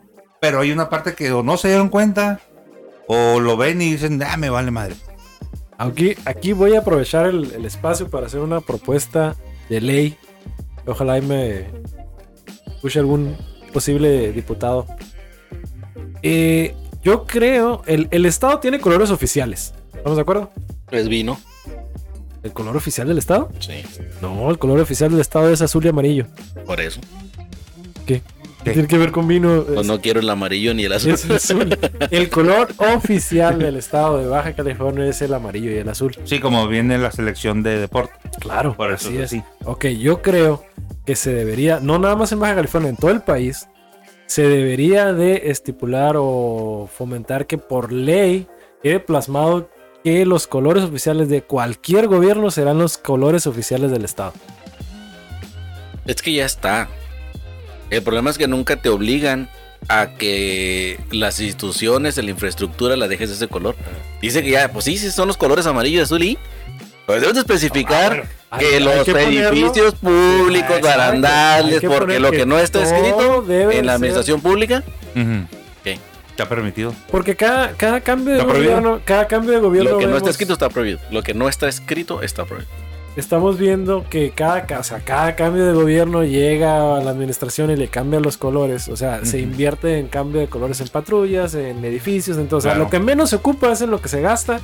Speaker 1: pero hay una parte que o no se dieron cuenta o lo ven y dicen, ah, me vale madre.
Speaker 3: Aquí, aquí voy a aprovechar el, el espacio para hacer una propuesta de ley. Ojalá y me escuche algún posible diputado. Eh, yo creo, el, el Estado tiene colores oficiales. ¿Estamos de acuerdo?
Speaker 2: es vino.
Speaker 3: ¿El color oficial del Estado?
Speaker 2: Sí,
Speaker 3: No, el color oficial del Estado es azul y amarillo.
Speaker 2: por eso.
Speaker 1: ¿Qué?
Speaker 3: Tiene que ver con vino.
Speaker 2: No,
Speaker 3: es-
Speaker 2: Pues no quiero el amarillo ni el azul.
Speaker 3: es azul. El color oficial del estado de Baja California es el amarillo y el azul.
Speaker 1: Sí, como viene la selección de deporte.
Speaker 3: Claro,
Speaker 1: Por eso
Speaker 3: así
Speaker 1: es
Speaker 3: es.
Speaker 1: así.
Speaker 3: Ok, yo creo que se debería, no nada más en Baja California, en todo el país, se debería de estipular o fomentar que por ley quede plasmado que los colores oficiales de cualquier gobierno serán los colores oficiales del estado.
Speaker 2: Es que ya está. El problema es que nunca te obligan a que las instituciones, la infraestructura la dejes de ese color. Dice que ya, pues sí, sí son los colores amarillo y azul y pues debes de especificar que
Speaker 3: Ah, Hay- hay
Speaker 2: los
Speaker 3: que ponerlo. ah,
Speaker 2: edificios públicos,
Speaker 3: Exacto, hay
Speaker 2: barandales,
Speaker 3: que
Speaker 2: porque
Speaker 3: poner
Speaker 2: lo
Speaker 3: que
Speaker 2: que no está
Speaker 3: todo
Speaker 2: escrito
Speaker 3: debe
Speaker 2: en la
Speaker 3: ser-
Speaker 2: administración pública,
Speaker 1: Ujú.
Speaker 2: Ok.
Speaker 1: Está permitido.
Speaker 3: Porque cada, cada cambio de
Speaker 1: Está prohibido.
Speaker 3: gobierno, cada cambio de gobierno
Speaker 2: lo que no
Speaker 3: vemos-
Speaker 2: está escrito está prohibido. Lo que no está escrito está prohibido.
Speaker 3: estamos viendo que cada, ca- o sea, cada cambio de gobierno llega a la administración y le cambian los colores. O sea, se
Speaker 1: Ujú.
Speaker 3: invierte en cambio de colores en patrullas, en edificios. Entonces, o sea,
Speaker 1: Claro.
Speaker 3: lo que menos se ocupa es en lo que se gasta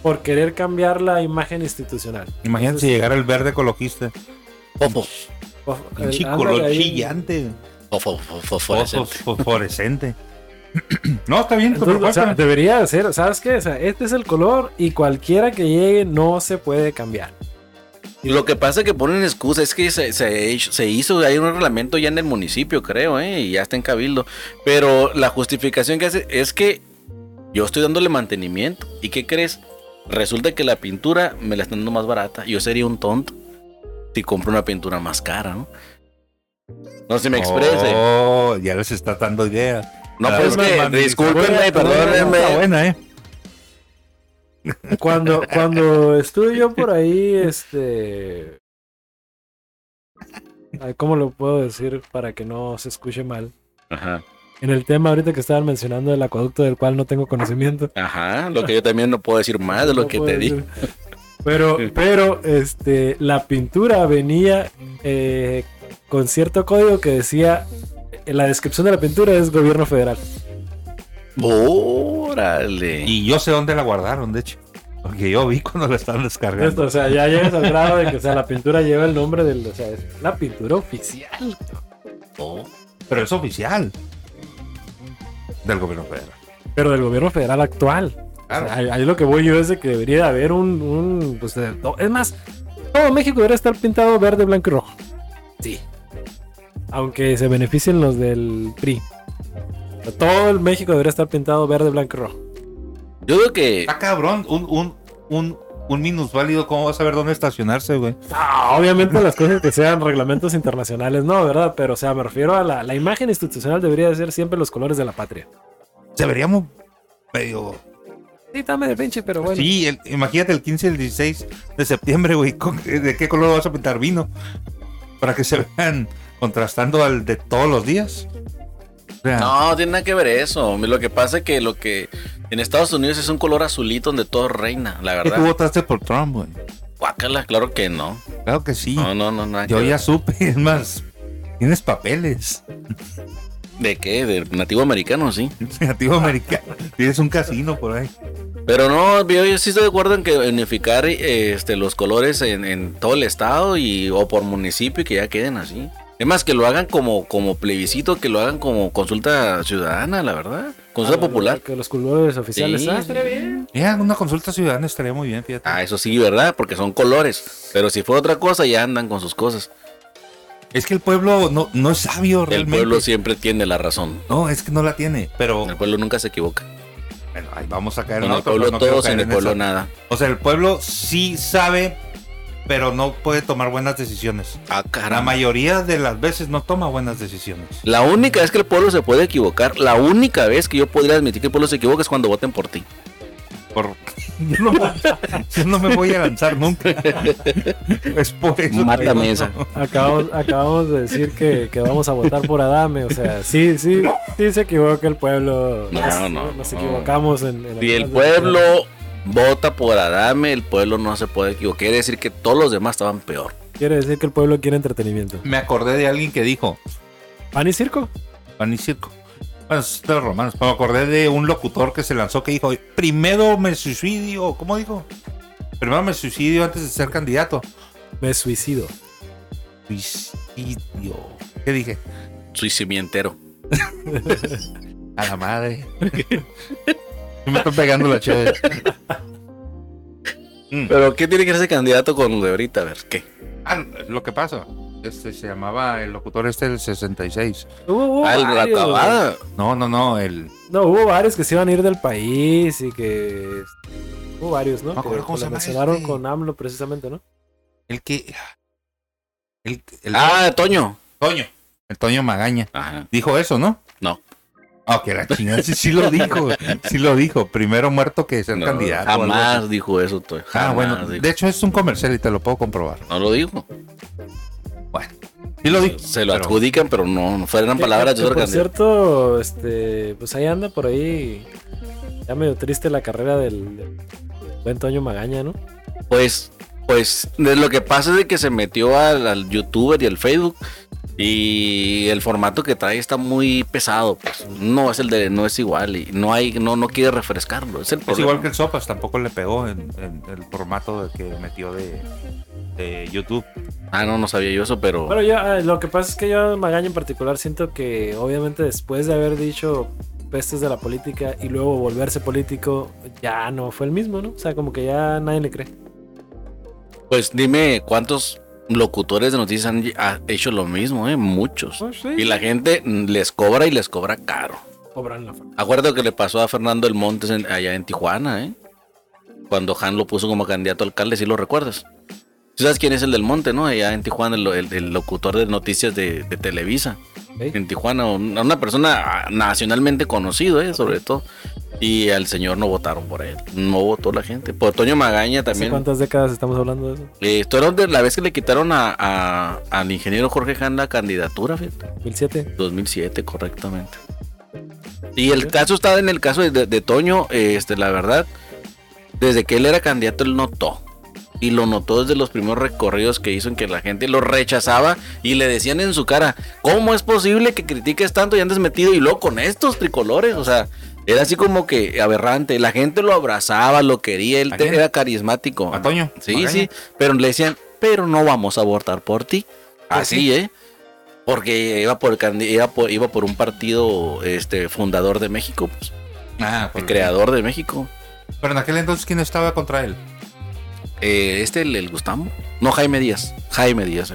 Speaker 3: por querer cambiar la imagen institucional.
Speaker 1: Imagínate si llegara el verde ecologista.
Speaker 2: Fofo,
Speaker 3: O- el-
Speaker 1: Pinche
Speaker 3: ándale
Speaker 1: color
Speaker 3: ahí.
Speaker 1: chillante.
Speaker 2: fofo, fofo,
Speaker 1: Fosfo-
Speaker 2: fosforescente.
Speaker 1: Fosforescente. <clears throat> no, está bien. tu
Speaker 3: Entonces,
Speaker 1: <laughs>
Speaker 3: o sea,
Speaker 1: propuesta.
Speaker 3: debería de ser, ¿sabes qué? O sea, este es el color y cualquiera que llegue no se puede cambiar.
Speaker 2: Lo que pasa que ponen excusa es que se, se hecho- se hizo, hay un reglamento ya en el municipio, creo, ¿eh? y ya está en Cabildo. Pero la justificación que hace es que yo estoy dándole mantenimiento. ¿Y qué crees? Resulta que la pintura me la están dando más barata. Yo sería un tonto si compro una pintura más cara, ¿no? No se me exprese.
Speaker 1: Oh, ya les está dando idea.
Speaker 2: no,
Speaker 1: claro,
Speaker 2: pues
Speaker 1: no,
Speaker 2: que,
Speaker 1: man,
Speaker 2: discúlpenme,
Speaker 3: bueno,
Speaker 2: perdónenme.
Speaker 1: Está buena, ¿eh?
Speaker 3: Cuando, cuando estuve yo por ahí, este. ay, ¿Cómo lo puedo decir para que no se escuche mal?
Speaker 2: Ajá,
Speaker 3: En el tema ahorita que estaban mencionando del acueducto del cual no tengo conocimiento.
Speaker 2: ajá, lo que yo también no puedo decir más de lo
Speaker 3: no
Speaker 2: que
Speaker 3: puedo
Speaker 2: te di.
Speaker 3: decir. Pero, pero, este, la pintura venía eh, con cierto código que decía. En la descripción de la pintura es gobierno federal.
Speaker 2: Órale.
Speaker 1: Y yo sé dónde la guardaron, de hecho. Porque yo vi cuando la estaban
Speaker 3: Esto,
Speaker 1: descargando.
Speaker 3: o sea, ya llegas al grado de que o sea, la pintura lleva el nombre del. O sea, es la pintura oficial.
Speaker 2: Oh.
Speaker 1: Pero es oficial. Del gobierno federal.
Speaker 3: Pero del gobierno federal actual. O sea,
Speaker 1: Claro.
Speaker 3: ahí, ahí lo que voy yo es de que debería haber un. un, pues, de- no, es más, todo México debería estar pintado verde, blanco y rojo. Sí. Aunque se beneficien los del PRI. Pero Todo el México debería estar pintado verde, blanco y rojo.
Speaker 2: Yo digo que
Speaker 1: Está cabrón. Un, un, un, un minusválido, ¿cómo vas a ver dónde estacionarse, güey?
Speaker 3: Ah, obviamente las cosas que sean reglamentos internacionales, no, ¿verdad? Pero, o sea, me refiero a la, la imagen institucional debería de ser siempre los colores de la patria.
Speaker 1: Deberíamos medio
Speaker 3: Sí, dame de pinche, pero bueno.
Speaker 1: Sí, el- imagínate el 15 y el 16 de septiembre, güey. con- ¿De qué color vas a pintar vino? Para que se vean contrastando al de todos los días. O sea,
Speaker 2: no tiene nada que ver eso. Lo que pasa es que lo que en Estados Unidos es un color azulito donde todo reina, la
Speaker 1: que tú
Speaker 2: verdad.
Speaker 1: votaste por Trump, güey.
Speaker 2: Guácala, claro que no.
Speaker 1: Claro que sí.
Speaker 2: No, no, no, nada. que
Speaker 1: Yo
Speaker 2: ver.
Speaker 1: ya supe, <laughs> es más, tienes papeles.
Speaker 2: ¿De qué? De nativo americano, sí.
Speaker 1: Nativo americano. Tienes un casino por ahí.
Speaker 2: Pero no, yo, yo sí estoy de acuerdo en que unificar eh, este, los colores en, en todo el estado y o por municipio y que ya queden así. Es más, que lo hagan como, como plebiscito, que lo hagan como consulta ciudadana, la verdad. Consulta
Speaker 3: Ah,
Speaker 2: pues, popular.
Speaker 3: Que los colores oficiales.
Speaker 2: Sí,
Speaker 3: ah,
Speaker 2: sí.
Speaker 3: estaría bien.
Speaker 1: Ya, Eh, una consulta ciudadana estaría muy bien, fíjate.
Speaker 2: Ah, eso sí, ¿verdad? Porque son colores. Pero si fue otra cosa, ya andan con sus cosas.
Speaker 1: Es que el pueblo no, no es sabio realmente.
Speaker 2: El pueblo siempre tiene la razón.
Speaker 1: No, es que no la tiene, pero
Speaker 2: El pueblo nunca se equivoca.
Speaker 1: bueno, ahí vamos a caer
Speaker 2: Con el
Speaker 1: otro,
Speaker 2: pueblo
Speaker 1: pero no quiero
Speaker 2: todo, sin
Speaker 1: caer
Speaker 2: el
Speaker 1: en
Speaker 2: pueblo
Speaker 1: eso.
Speaker 2: nada.
Speaker 1: O sea, el pueblo sí sabe, pero no puede tomar buenas decisiones.
Speaker 2: Ah,
Speaker 1: La
Speaker 2: caramba.
Speaker 1: mayoría de las veces no toma buenas decisiones.
Speaker 2: La única vez que el pueblo se puede equivocar, la única vez que yo podría admitir que el pueblo se equivoca es cuando voten por ti.
Speaker 1: Por... <laughs> Yo, no, voy- yo no me voy a lanzar
Speaker 2: <laughs>
Speaker 1: nunca. Es por eso.
Speaker 2: Mátame esa. <laughs>
Speaker 3: Acabamos, acabamos de decir que, que vamos a votar por Adame. O sea, sí, sí, sí se equivoca el pueblo.
Speaker 2: No,
Speaker 3: Nos-
Speaker 2: no,
Speaker 3: Nos
Speaker 2: no.
Speaker 3: equivocamos en, en
Speaker 2: Si el
Speaker 3: algunas
Speaker 2: pueblo
Speaker 3: decisiones.
Speaker 2: vota por Adame, el pueblo no se puede equivocar. Quiere decir que todos los demás estaban peor.
Speaker 3: Quiere decir que el pueblo quiere entretenimiento.
Speaker 1: Me acordé de alguien que dijo,
Speaker 3: ¿Pan y circo?
Speaker 1: pan y circo. Bueno, es de los romanos. pero Me acordé de un locutor que se lanzó que dijo, primero me suicidio. ¿Cómo dijo? Primero me suicidio antes de ser candidato.
Speaker 3: Me suicido.
Speaker 1: Suicidio. ¿Qué dije?
Speaker 2: soy semientero.
Speaker 1: A la madre. <laughs> Me está pegando la chévere. Mm.
Speaker 2: Pero ¿qué tiene que ver ese candidato con de ahorita? A ver, ¿qué?
Speaker 1: Ah, lo que pasa. Este se llamaba el locutor este del 66.
Speaker 3: Hubo, hubo
Speaker 2: Ah, el de la
Speaker 3: varios,
Speaker 2: tabada.
Speaker 1: No, no, no, el.
Speaker 3: No, hubo varios que se iban a ir del país y que. Hubo varios, ¿no?
Speaker 1: No me
Speaker 3: que
Speaker 1: acuerdo cómo
Speaker 3: que
Speaker 1: se
Speaker 3: lo
Speaker 1: llama
Speaker 3: mencionaron
Speaker 1: este.
Speaker 3: con AMLO precisamente, ¿no?
Speaker 1: El que. El, el
Speaker 2: Ah, Toño.
Speaker 1: Toño. El Toño Magaña.
Speaker 2: Ajá.
Speaker 1: Dijo eso, ¿no?
Speaker 2: No.
Speaker 1: Ah, que la chingada. Sí, sí lo dijo. Sí lo dijo. Primero muerto que ser
Speaker 2: No,
Speaker 1: candidato. o algo así.
Speaker 2: jamás dijo eso, Toño.
Speaker 1: Ah,
Speaker 2: Jamás
Speaker 1: bueno.
Speaker 2: dijo.
Speaker 1: De hecho, es un comercial y te lo puedo comprobar.
Speaker 2: No lo dijo.
Speaker 1: Bueno. Sí lo dijo.
Speaker 2: Se lo
Speaker 1: pero-
Speaker 2: adjudican, pero no, no fueron
Speaker 3: Que-
Speaker 2: palabras
Speaker 3: que
Speaker 2: de otro
Speaker 3: Por
Speaker 2: candidato.
Speaker 3: cierto, este, pues ahí anda por ahí. Ya medio triste la carrera del, del buen Toño Magaña, ¿no?
Speaker 2: Pues, pues, de lo que pasa es de que se metió al, al youtuber y al Facebook. Y el formato que trae está muy pesado, pues. No es el de, no es igual. Y no hay, no, no quiere refrescarlo. Es el
Speaker 1: Es
Speaker 2: problema.
Speaker 1: igual que el Sopas, tampoco le pegó en, en el formato de que metió de, de YouTube.
Speaker 2: Ah, no, no sabía yo eso, pero.
Speaker 3: Pero yo, eh, lo que pasa es que yo a Magaña en particular siento que obviamente después de haber dicho pestes de la política y luego volverse político, ya no fue el mismo, ¿no? O sea, como que ya nadie le cree.
Speaker 2: Pues dime cuántos locutores de noticias han ha hecho lo mismo, ¿eh? Muchos.
Speaker 3: Pues sí.
Speaker 2: Y la gente mm, les cobra y les cobra caro.
Speaker 3: Cobran la fama.
Speaker 2: Acuerdo que le pasó a Fernando El Montes en- allá en Tijuana, ¿eh? Cuando Han lo puso como candidato a alcalde, si lo recuerdas. ¿Tú sabes quién es el del Monte, no? Allá en Tijuana, el, el- el locutor de noticias de, de Televisa.
Speaker 3: Ey.
Speaker 2: En Tijuana, un- una persona ah, nacionalmente conocido, ¿eh? Sobre todo. Y al señor no votaron por él. No votó la gente. Por Toño Magaña
Speaker 3: ¿Hace
Speaker 2: también.
Speaker 3: cuántas décadas estamos hablando de eso?
Speaker 2: Eh, Esto era donde- la vez que le quitaron a, a- al ingeniero Jorge Han la candidatura, fíjate.
Speaker 3: 2007.
Speaker 2: 2007, correctamente. Y el caso está en el caso de, de Toño, eh, este, la verdad, desde que él era candidato, él notó. Y lo notó desde los primeros recorridos que hizo en que la gente lo rechazaba y le decían en su cara, ¿cómo es posible que critiques tanto y andes metido y luego con estos tricolores? O sea, era así como que aberrante. La gente lo abrazaba, lo quería, él
Speaker 1: ¿A
Speaker 2: te-
Speaker 1: quién?
Speaker 2: era carismático.
Speaker 1: ¿A Toño?
Speaker 2: Sí,
Speaker 1: Magaña.
Speaker 2: sí, pero le decían, pero no vamos a votar por ti. Así, ¿eh? Porque iba por, candi- iba por, iba por un partido este, fundador de México, pues,
Speaker 1: Ah,
Speaker 2: el
Speaker 1: pues,
Speaker 2: creador de México.
Speaker 1: Pero en aquel entonces, ¿quién estaba contra él?
Speaker 2: Eh, este, el, el Gustavo. No, Jaime Díaz. Jaime Díaz. eh.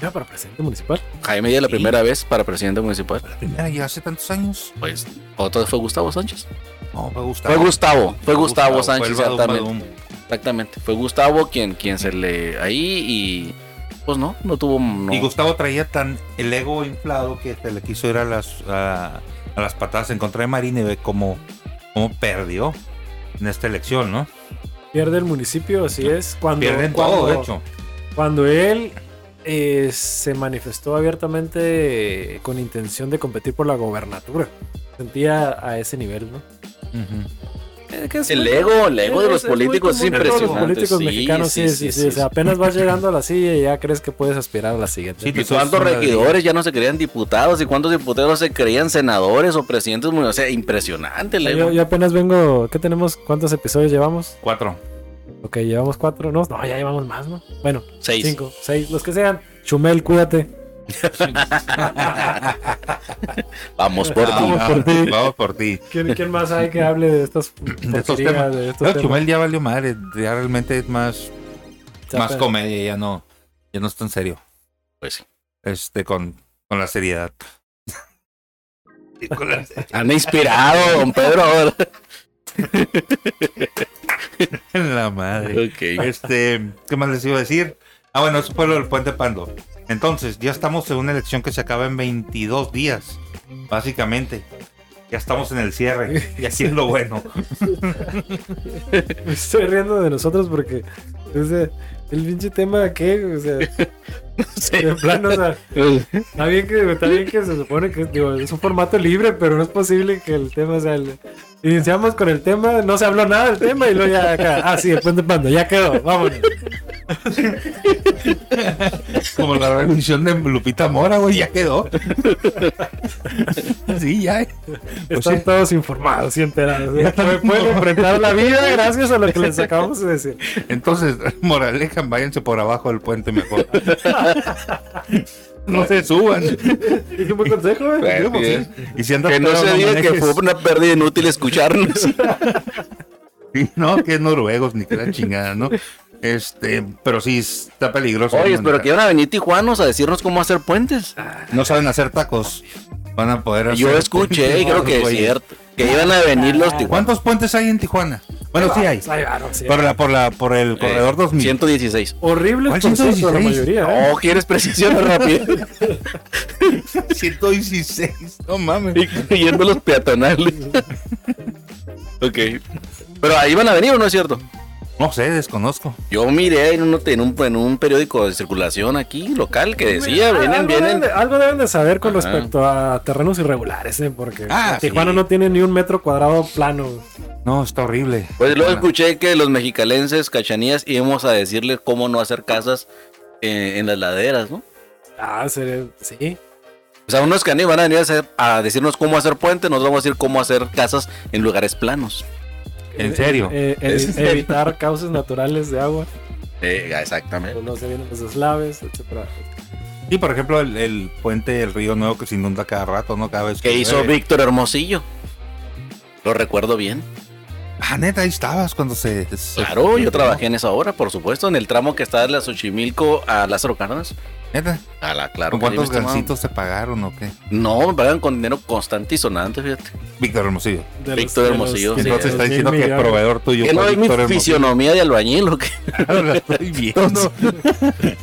Speaker 3: Era para presidente municipal.
Speaker 2: Jaime Díaz la
Speaker 1: Sí.
Speaker 2: primera vez para presidente municipal.
Speaker 1: La primera, ya hace tantos años.
Speaker 2: Pues, otro fue Gustavo Sánchez.
Speaker 1: No, fue Gustavo.
Speaker 2: Fue Gustavo. Fue Gustavo,
Speaker 1: fue el
Speaker 2: Sánchez,
Speaker 1: Badum
Speaker 2: exactamente.
Speaker 1: Badum.
Speaker 2: Exactamente. Fue Gustavo quien, quien se le... Ahí y... Pues no, no tuvo... no.
Speaker 1: Y Gustavo traía tan el ego inflado que se le quiso ir a las, a, a las patadas en contra de Marine, ve cómo, cómo perdió en esta elección, ¿no?
Speaker 3: Pierde el municipio, así es. Cuando,
Speaker 1: Pierden
Speaker 3: cuando,
Speaker 1: todo, de hecho.
Speaker 3: Cuando él eh, se manifestó abiertamente con intención de competir por la gobernatura. Sentía a ese nivel, ¿no?
Speaker 1: Ujú.
Speaker 3: Eh, que es
Speaker 2: El
Speaker 3: muy-
Speaker 2: ego, el ego de los
Speaker 3: es- es muy
Speaker 2: políticos es
Speaker 3: común de todos
Speaker 2: impresionante.
Speaker 3: Los políticos
Speaker 2: Sí,
Speaker 3: mexicanos, sí, sí, sí. O sea, apenas vas llegando a la silla y ya crees que puedes aspirar a la siguiente.
Speaker 1: Sí,
Speaker 2: ¿Y
Speaker 1: pues, es
Speaker 2: cuántos
Speaker 1: una
Speaker 2: regidores ya no se creían diputados? ¿Y cuántos diputados se creían senadores o presidentes? municipales? O sea, impresionante el ego.
Speaker 3: yo, yo apenas vengo. ¿Qué tenemos? ¿Cuántos episodios llevamos?
Speaker 1: Cuatro.
Speaker 3: Ok, llevamos cuatro, ¿no? No, ya llevamos más, ¿no? Bueno,
Speaker 2: Seis.
Speaker 3: cinco, seis, los que sean. Chumel, cuídate.
Speaker 2: Vamos por ti.
Speaker 3: Vamos por
Speaker 1: Ah,
Speaker 3: ti. Este
Speaker 1: Vamos por ti.
Speaker 3: ¿Quién, quién más hay que hable de estas
Speaker 1: De estos
Speaker 3: porquerías,
Speaker 1: temas.
Speaker 3: de estos
Speaker 1: No,
Speaker 3: temas?
Speaker 1: Chumel ya valió madre. Ya realmente es más,
Speaker 3: O sea,
Speaker 1: más
Speaker 3: pero-
Speaker 1: comedia, ya no, ya no es tan serio.
Speaker 2: Pues sí.
Speaker 1: Este, con, con la seriedad. <laughs> Y con la-
Speaker 2: Han inspirado, don Pedro.
Speaker 3: <laughs>
Speaker 2: ahora.
Speaker 1: la madre.
Speaker 2: ok.
Speaker 1: Este, ¿qué más les iba a decir? Ah, bueno, eso fue lo del Puente Pando. Entonces, ya estamos en una elección que se acaba en 22 días, básicamente. Ya estamos en el cierre, y así es lo bueno.
Speaker 3: Me <laughs> estoy riendo de nosotros porque o sea, el pinche tema que, o sea, en plan, o sea, está bien que, está bien que se supone que digo, es un formato libre, pero no es posible que el tema sea el- Iniciamos con el tema, no se habló nada del tema y luego ya acá. Ah, sí, el puente pando, ya quedó, vámonos.
Speaker 1: <laughs>
Speaker 2: Pues
Speaker 1: Como la revisión de Lupita Mora, güey, ya quedó. <laughs> Sí, ya. Pues
Speaker 3: Están
Speaker 1: sí.
Speaker 3: todos informados y enterados. ¿eh?
Speaker 2: <laughs>
Speaker 3: Pueden, pueden enfrentar la vida gracias a lo que les acabamos de decir.
Speaker 1: <laughs> Entonces, moraleja, váyanse por abajo del puente mejor. No se suban.
Speaker 3: Es un buen consejo, eh". güey.
Speaker 2: Bueno,
Speaker 3: Digamos,
Speaker 2: bien.
Speaker 3: sí.
Speaker 1: Y si andas
Speaker 2: Que no
Speaker 1: pedo,
Speaker 2: se diga que
Speaker 1: manejes.
Speaker 2: fue una pérdida inútil escucharnos.
Speaker 1: Sí, No, que noruegos, ni que la chingada, ¿no? Este, pero sí está peligroso.
Speaker 2: <laughs> Oye,
Speaker 1: ¿no?
Speaker 2: pero que van a venir tijuanos a decirnos cómo hacer puentes.
Speaker 3: Ah,
Speaker 1: No saben hacer tacos. Van a poder
Speaker 2: Yo
Speaker 1: hacer-
Speaker 2: escuché y creo que es
Speaker 3: Pues,
Speaker 1: Oye,
Speaker 2: cierto. Que iban a venir los tijuanos.
Speaker 1: ¿Cuántos puentes hay en Tijuana? Bueno, sí hay.
Speaker 3: Ahí va, no, sí.
Speaker 1: Por, la, por, la, por
Speaker 2: Eh,
Speaker 1: el corredor 2000. <laughs>
Speaker 2: 116.
Speaker 3: Horribles
Speaker 1: ¿Cuál
Speaker 3: por cierto, la
Speaker 1: 116?
Speaker 3: mayoría. ¿eh?
Speaker 2: Oh, ¿quieres precisión <laughs> rápida?
Speaker 1: 116. No mames.
Speaker 2: Incluyendo los <laughs> peatonales. ok. Pero ahí van a venir, ¿o no es cierto?
Speaker 1: No sé, desconozco.
Speaker 2: Yo miré en, un, en, un, en un periódico de circulación aquí, local, que decía, Oh,
Speaker 3: ah, Algo
Speaker 2: vienen,
Speaker 3: Deben
Speaker 2: vienen.
Speaker 3: de, algo deben de saber con
Speaker 2: Ajá.
Speaker 3: respecto a terrenos irregulares, ¿eh? porque
Speaker 1: Ah,
Speaker 3: Tijuana
Speaker 1: sí.
Speaker 3: no tiene ni un metro cuadrado plano.
Speaker 1: No, está horrible.
Speaker 2: Pues luego escuché que los mexicalenses, cachanías, íbamos a decirles cómo no hacer casas eh, en las laderas, ¿no?
Speaker 3: Ah, se- sí.
Speaker 2: O sea, unos canis van a venir a, hacer- a decirnos cómo hacer puentes, nos vamos a decir cómo hacer casas en lugares planos.
Speaker 1: ¿En serio?
Speaker 3: Eh, eh,
Speaker 2: ¿Es en serio?
Speaker 3: evitar cauces naturales
Speaker 1: <laughs>
Speaker 3: de agua.
Speaker 2: Eh, exactamente.
Speaker 3: pues No se vienen los eslaves, etcétera.
Speaker 1: Y por ejemplo, el, el puente del Río Nuevo que se inunda cada rato, ¿no? Cada vez que.
Speaker 2: ¿Qué hizo
Speaker 1: llueve.
Speaker 2: Víctor Hermosillo? Lo recuerdo bien.
Speaker 1: Ah, neta, ahí estabas cuando se. se-
Speaker 2: Claro, yo trabajé en esa obra, por supuesto, en el tramo que está de la Xochimilco a Lázaro Cárdenas.
Speaker 1: Neta.
Speaker 2: A la claro.
Speaker 1: ¿Con
Speaker 2: que sí,
Speaker 1: cuántos
Speaker 2: mi estimado.
Speaker 1: gancitos te pagaron o qué?
Speaker 2: No, me pagan con dinero constante y sonante, fíjate.
Speaker 1: Víctor Hermosillo.
Speaker 3: De
Speaker 2: Víctor
Speaker 3: de
Speaker 2: Hermosillo,
Speaker 3: de
Speaker 2: sí,
Speaker 1: Entonces
Speaker 2: es.
Speaker 1: está
Speaker 3: mil
Speaker 1: diciendo que el
Speaker 3: millones.
Speaker 1: proveedor tuyo
Speaker 2: Que no
Speaker 1: fue
Speaker 2: es mi
Speaker 1: Víctor <laughs> Hermosillo.
Speaker 2: fisionomía de
Speaker 1: <laughs>
Speaker 2: albañil, ¿o qué?
Speaker 1: Lo estoy viendo.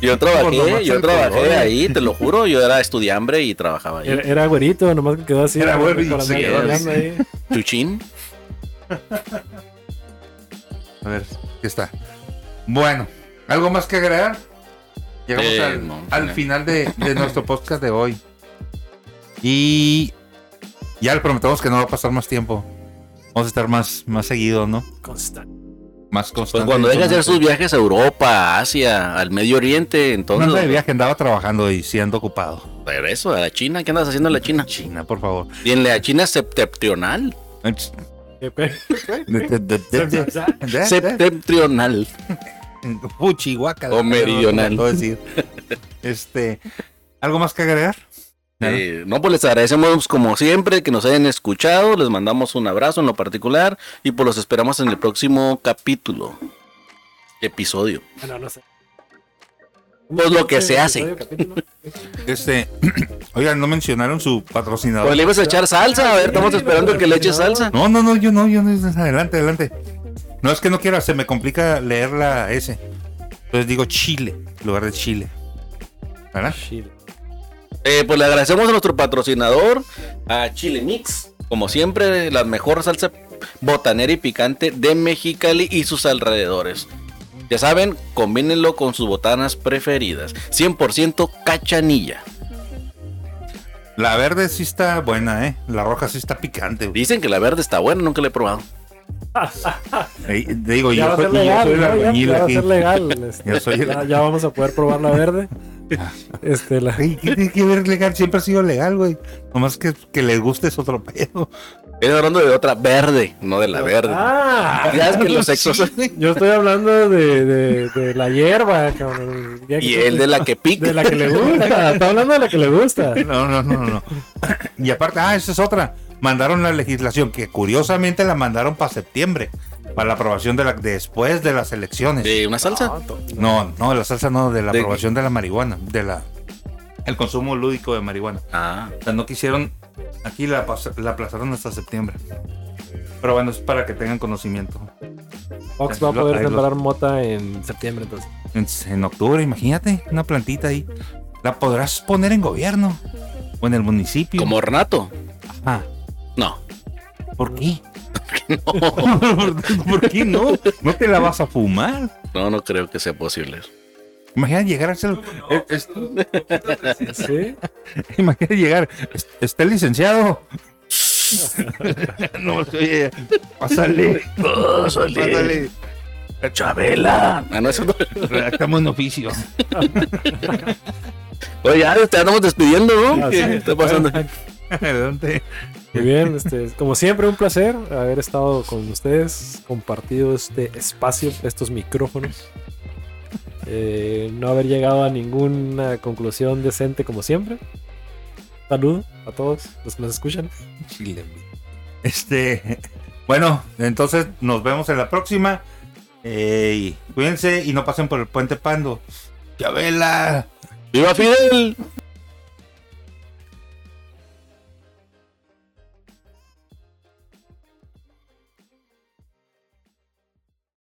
Speaker 2: Yo
Speaker 1: Pues nomás
Speaker 2: trabajé,
Speaker 1: el color.
Speaker 2: yo trabajé ahí, te lo juro, yo era estudiambre y trabajaba ahí.
Speaker 3: Era, era güerito, nomás que quedó así.
Speaker 1: Era güero y
Speaker 3: con la
Speaker 1: se
Speaker 3: nariz
Speaker 2: quedó así.
Speaker 3: colgando ahí.
Speaker 2: <laughs> Chuchín. Pues
Speaker 1: A ver, ¿qué está? Bueno, ¿algo más que agregar? Llegamos
Speaker 2: Eh,
Speaker 1: al,
Speaker 2: no,
Speaker 1: al
Speaker 2: no.
Speaker 1: final de,
Speaker 2: <laughs>
Speaker 1: de nuestro podcast de hoy. Y ya le prometemos que no va a pasar más tiempo. Vamos a estar más, más seguido, ¿no?
Speaker 3: Constante. <laughs>
Speaker 1: Más
Speaker 2: Pues
Speaker 1: constante.
Speaker 2: cuando deja de hacer sus
Speaker 1: No
Speaker 2: viajes a Europa, Asia, al Medio Oriente, entonces.
Speaker 1: andaba de viaje, andaba trabajando y siendo ocupado.
Speaker 2: Regreso a la China. ¿Qué andas haciendo en la China?
Speaker 1: China, por
Speaker 2: <laughs>
Speaker 1: favor.
Speaker 2: Y en la China septentrional.
Speaker 3: Qué pe-
Speaker 1: Eh,
Speaker 2: Septentrional.
Speaker 1: Puchi, guácala.
Speaker 2: O meridional.
Speaker 1: No, no, no, no, decir. Este, ¿Algo más que agregar? Nada.
Speaker 2: Eh, no, pues les agradecemos como siempre que nos hayan escuchado. Les mandamos un abrazo en lo particular y pues los esperamos en el próximo capítulo. Episodio.
Speaker 3: Bueno, no sé.
Speaker 2: Pues lo que se hace.
Speaker 3: Episodio, capítulo.
Speaker 1: Este, <clears throat> oigan, no mencionaron su patrocinador.
Speaker 2: Pues le ibas a echar salsa. A ver, estamos esperando que le eches salsa.
Speaker 1: No, no, no, yo no, yo no. Adelante, adelante. No es que no quiera, se me complica leer la S. Entonces digo Chile, en lugar de Chile. ¿Verdad?
Speaker 3: Chile.
Speaker 2: Eh, pues le agradecemos a nuestro patrocinador, a Chile Mix. Como siempre, la mejor salsa botanera y picante de Mexicali y sus alrededores. Ya saben, combínenlo con sus botanas preferidas. 100% cachanilla.
Speaker 1: La verde sí está buena, ¿eh? La roja sí está picante. güey.
Speaker 2: Dicen que la verde está buena, nunca la he probado.
Speaker 1: Eh,
Speaker 2: Pues
Speaker 1: Digo,
Speaker 3: Ya va
Speaker 1: yo
Speaker 3: a
Speaker 1: soy,
Speaker 3: ser
Speaker 1: yo
Speaker 3: legal.
Speaker 1: soy el
Speaker 3: ¿no?
Speaker 1: albañil
Speaker 3: Ya- ya va a
Speaker 1: aquí.
Speaker 3: ser legal.
Speaker 1: <laughs>
Speaker 3: este,
Speaker 1: Yo soy el-
Speaker 3: ya, ya vamos a poder probar la verde. Este, la,
Speaker 1: Ay, ¿Qué tiene que ver legal? Siempre ha sido legal, güey. Nomás que, que les guste es otro pedo.
Speaker 2: Estoy hablando de otra verde, no de la verde.
Speaker 3: Ah,
Speaker 2: Ya es que los sexos.
Speaker 3: <laughs> yo estoy hablando de, de, de la hierba, cabrón. Ya que
Speaker 2: Y
Speaker 3: tú-
Speaker 2: el de la que
Speaker 3: de
Speaker 2: pica.
Speaker 3: la que le <laughs> gusta. Está hablando de la que le gusta.
Speaker 1: No, no, no, no. no. Y aparte, ah, esa es otra. Mandaron la legislación que curiosamente la mandaron para septiembre, para la aprobación de la después de las elecciones.
Speaker 2: De una salsa.
Speaker 3: No, to-
Speaker 1: No, no, de la salsa no, de la
Speaker 2: ¿De qué?
Speaker 1: aprobación de la marihuana, de la el consumo lúdico de marihuana.
Speaker 2: Ah,
Speaker 1: O sea, no quisieron aquí la pas- la aplazaron hasta septiembre. Pero bueno, es para que tengan conocimiento.
Speaker 3: Fox va a
Speaker 1: Lo-
Speaker 3: poder
Speaker 1: ahí lo-
Speaker 3: sembrar mota en septiembre, entonces.
Speaker 1: En, en octubre, imagínate, una plantita ahí. La podrás poner en gobierno o en el municipio.
Speaker 2: como ornato.
Speaker 1: Ah,
Speaker 2: No.
Speaker 1: ¿Por qué? <laughs> ¿Por qué no? No te la vas a fumar.
Speaker 2: No, no creo que sea posible.
Speaker 1: Imagina llegar a ser. eh, es-
Speaker 3: <laughs> Sí.
Speaker 1: imagina llegar. es- Está el licenciado. <laughs> no, oye, pásale. Pásale.
Speaker 2: Chabela. Ah, no, eso no.
Speaker 1: Redactamos un oficio.
Speaker 2: Oye, ya te andamos despidiendo, ¿no?
Speaker 3: Ah,
Speaker 2: ¿Qué
Speaker 3: sí.
Speaker 2: está pasando?
Speaker 1: Adelante.
Speaker 3: Muy bien, este, como siempre, un placer haber estado con ustedes, compartido este espacio, estos micrófonos. eh, no haber llegado a ninguna conclusión decente como siempre. Salud a todos los que nos escuchan.
Speaker 1: Chile. güey. Este, bueno, entonces nos vemos en la próxima. Eh, y cuídense y no pasen por el puente Pando. ¡Ya vela!
Speaker 2: ¡Viva Fidel!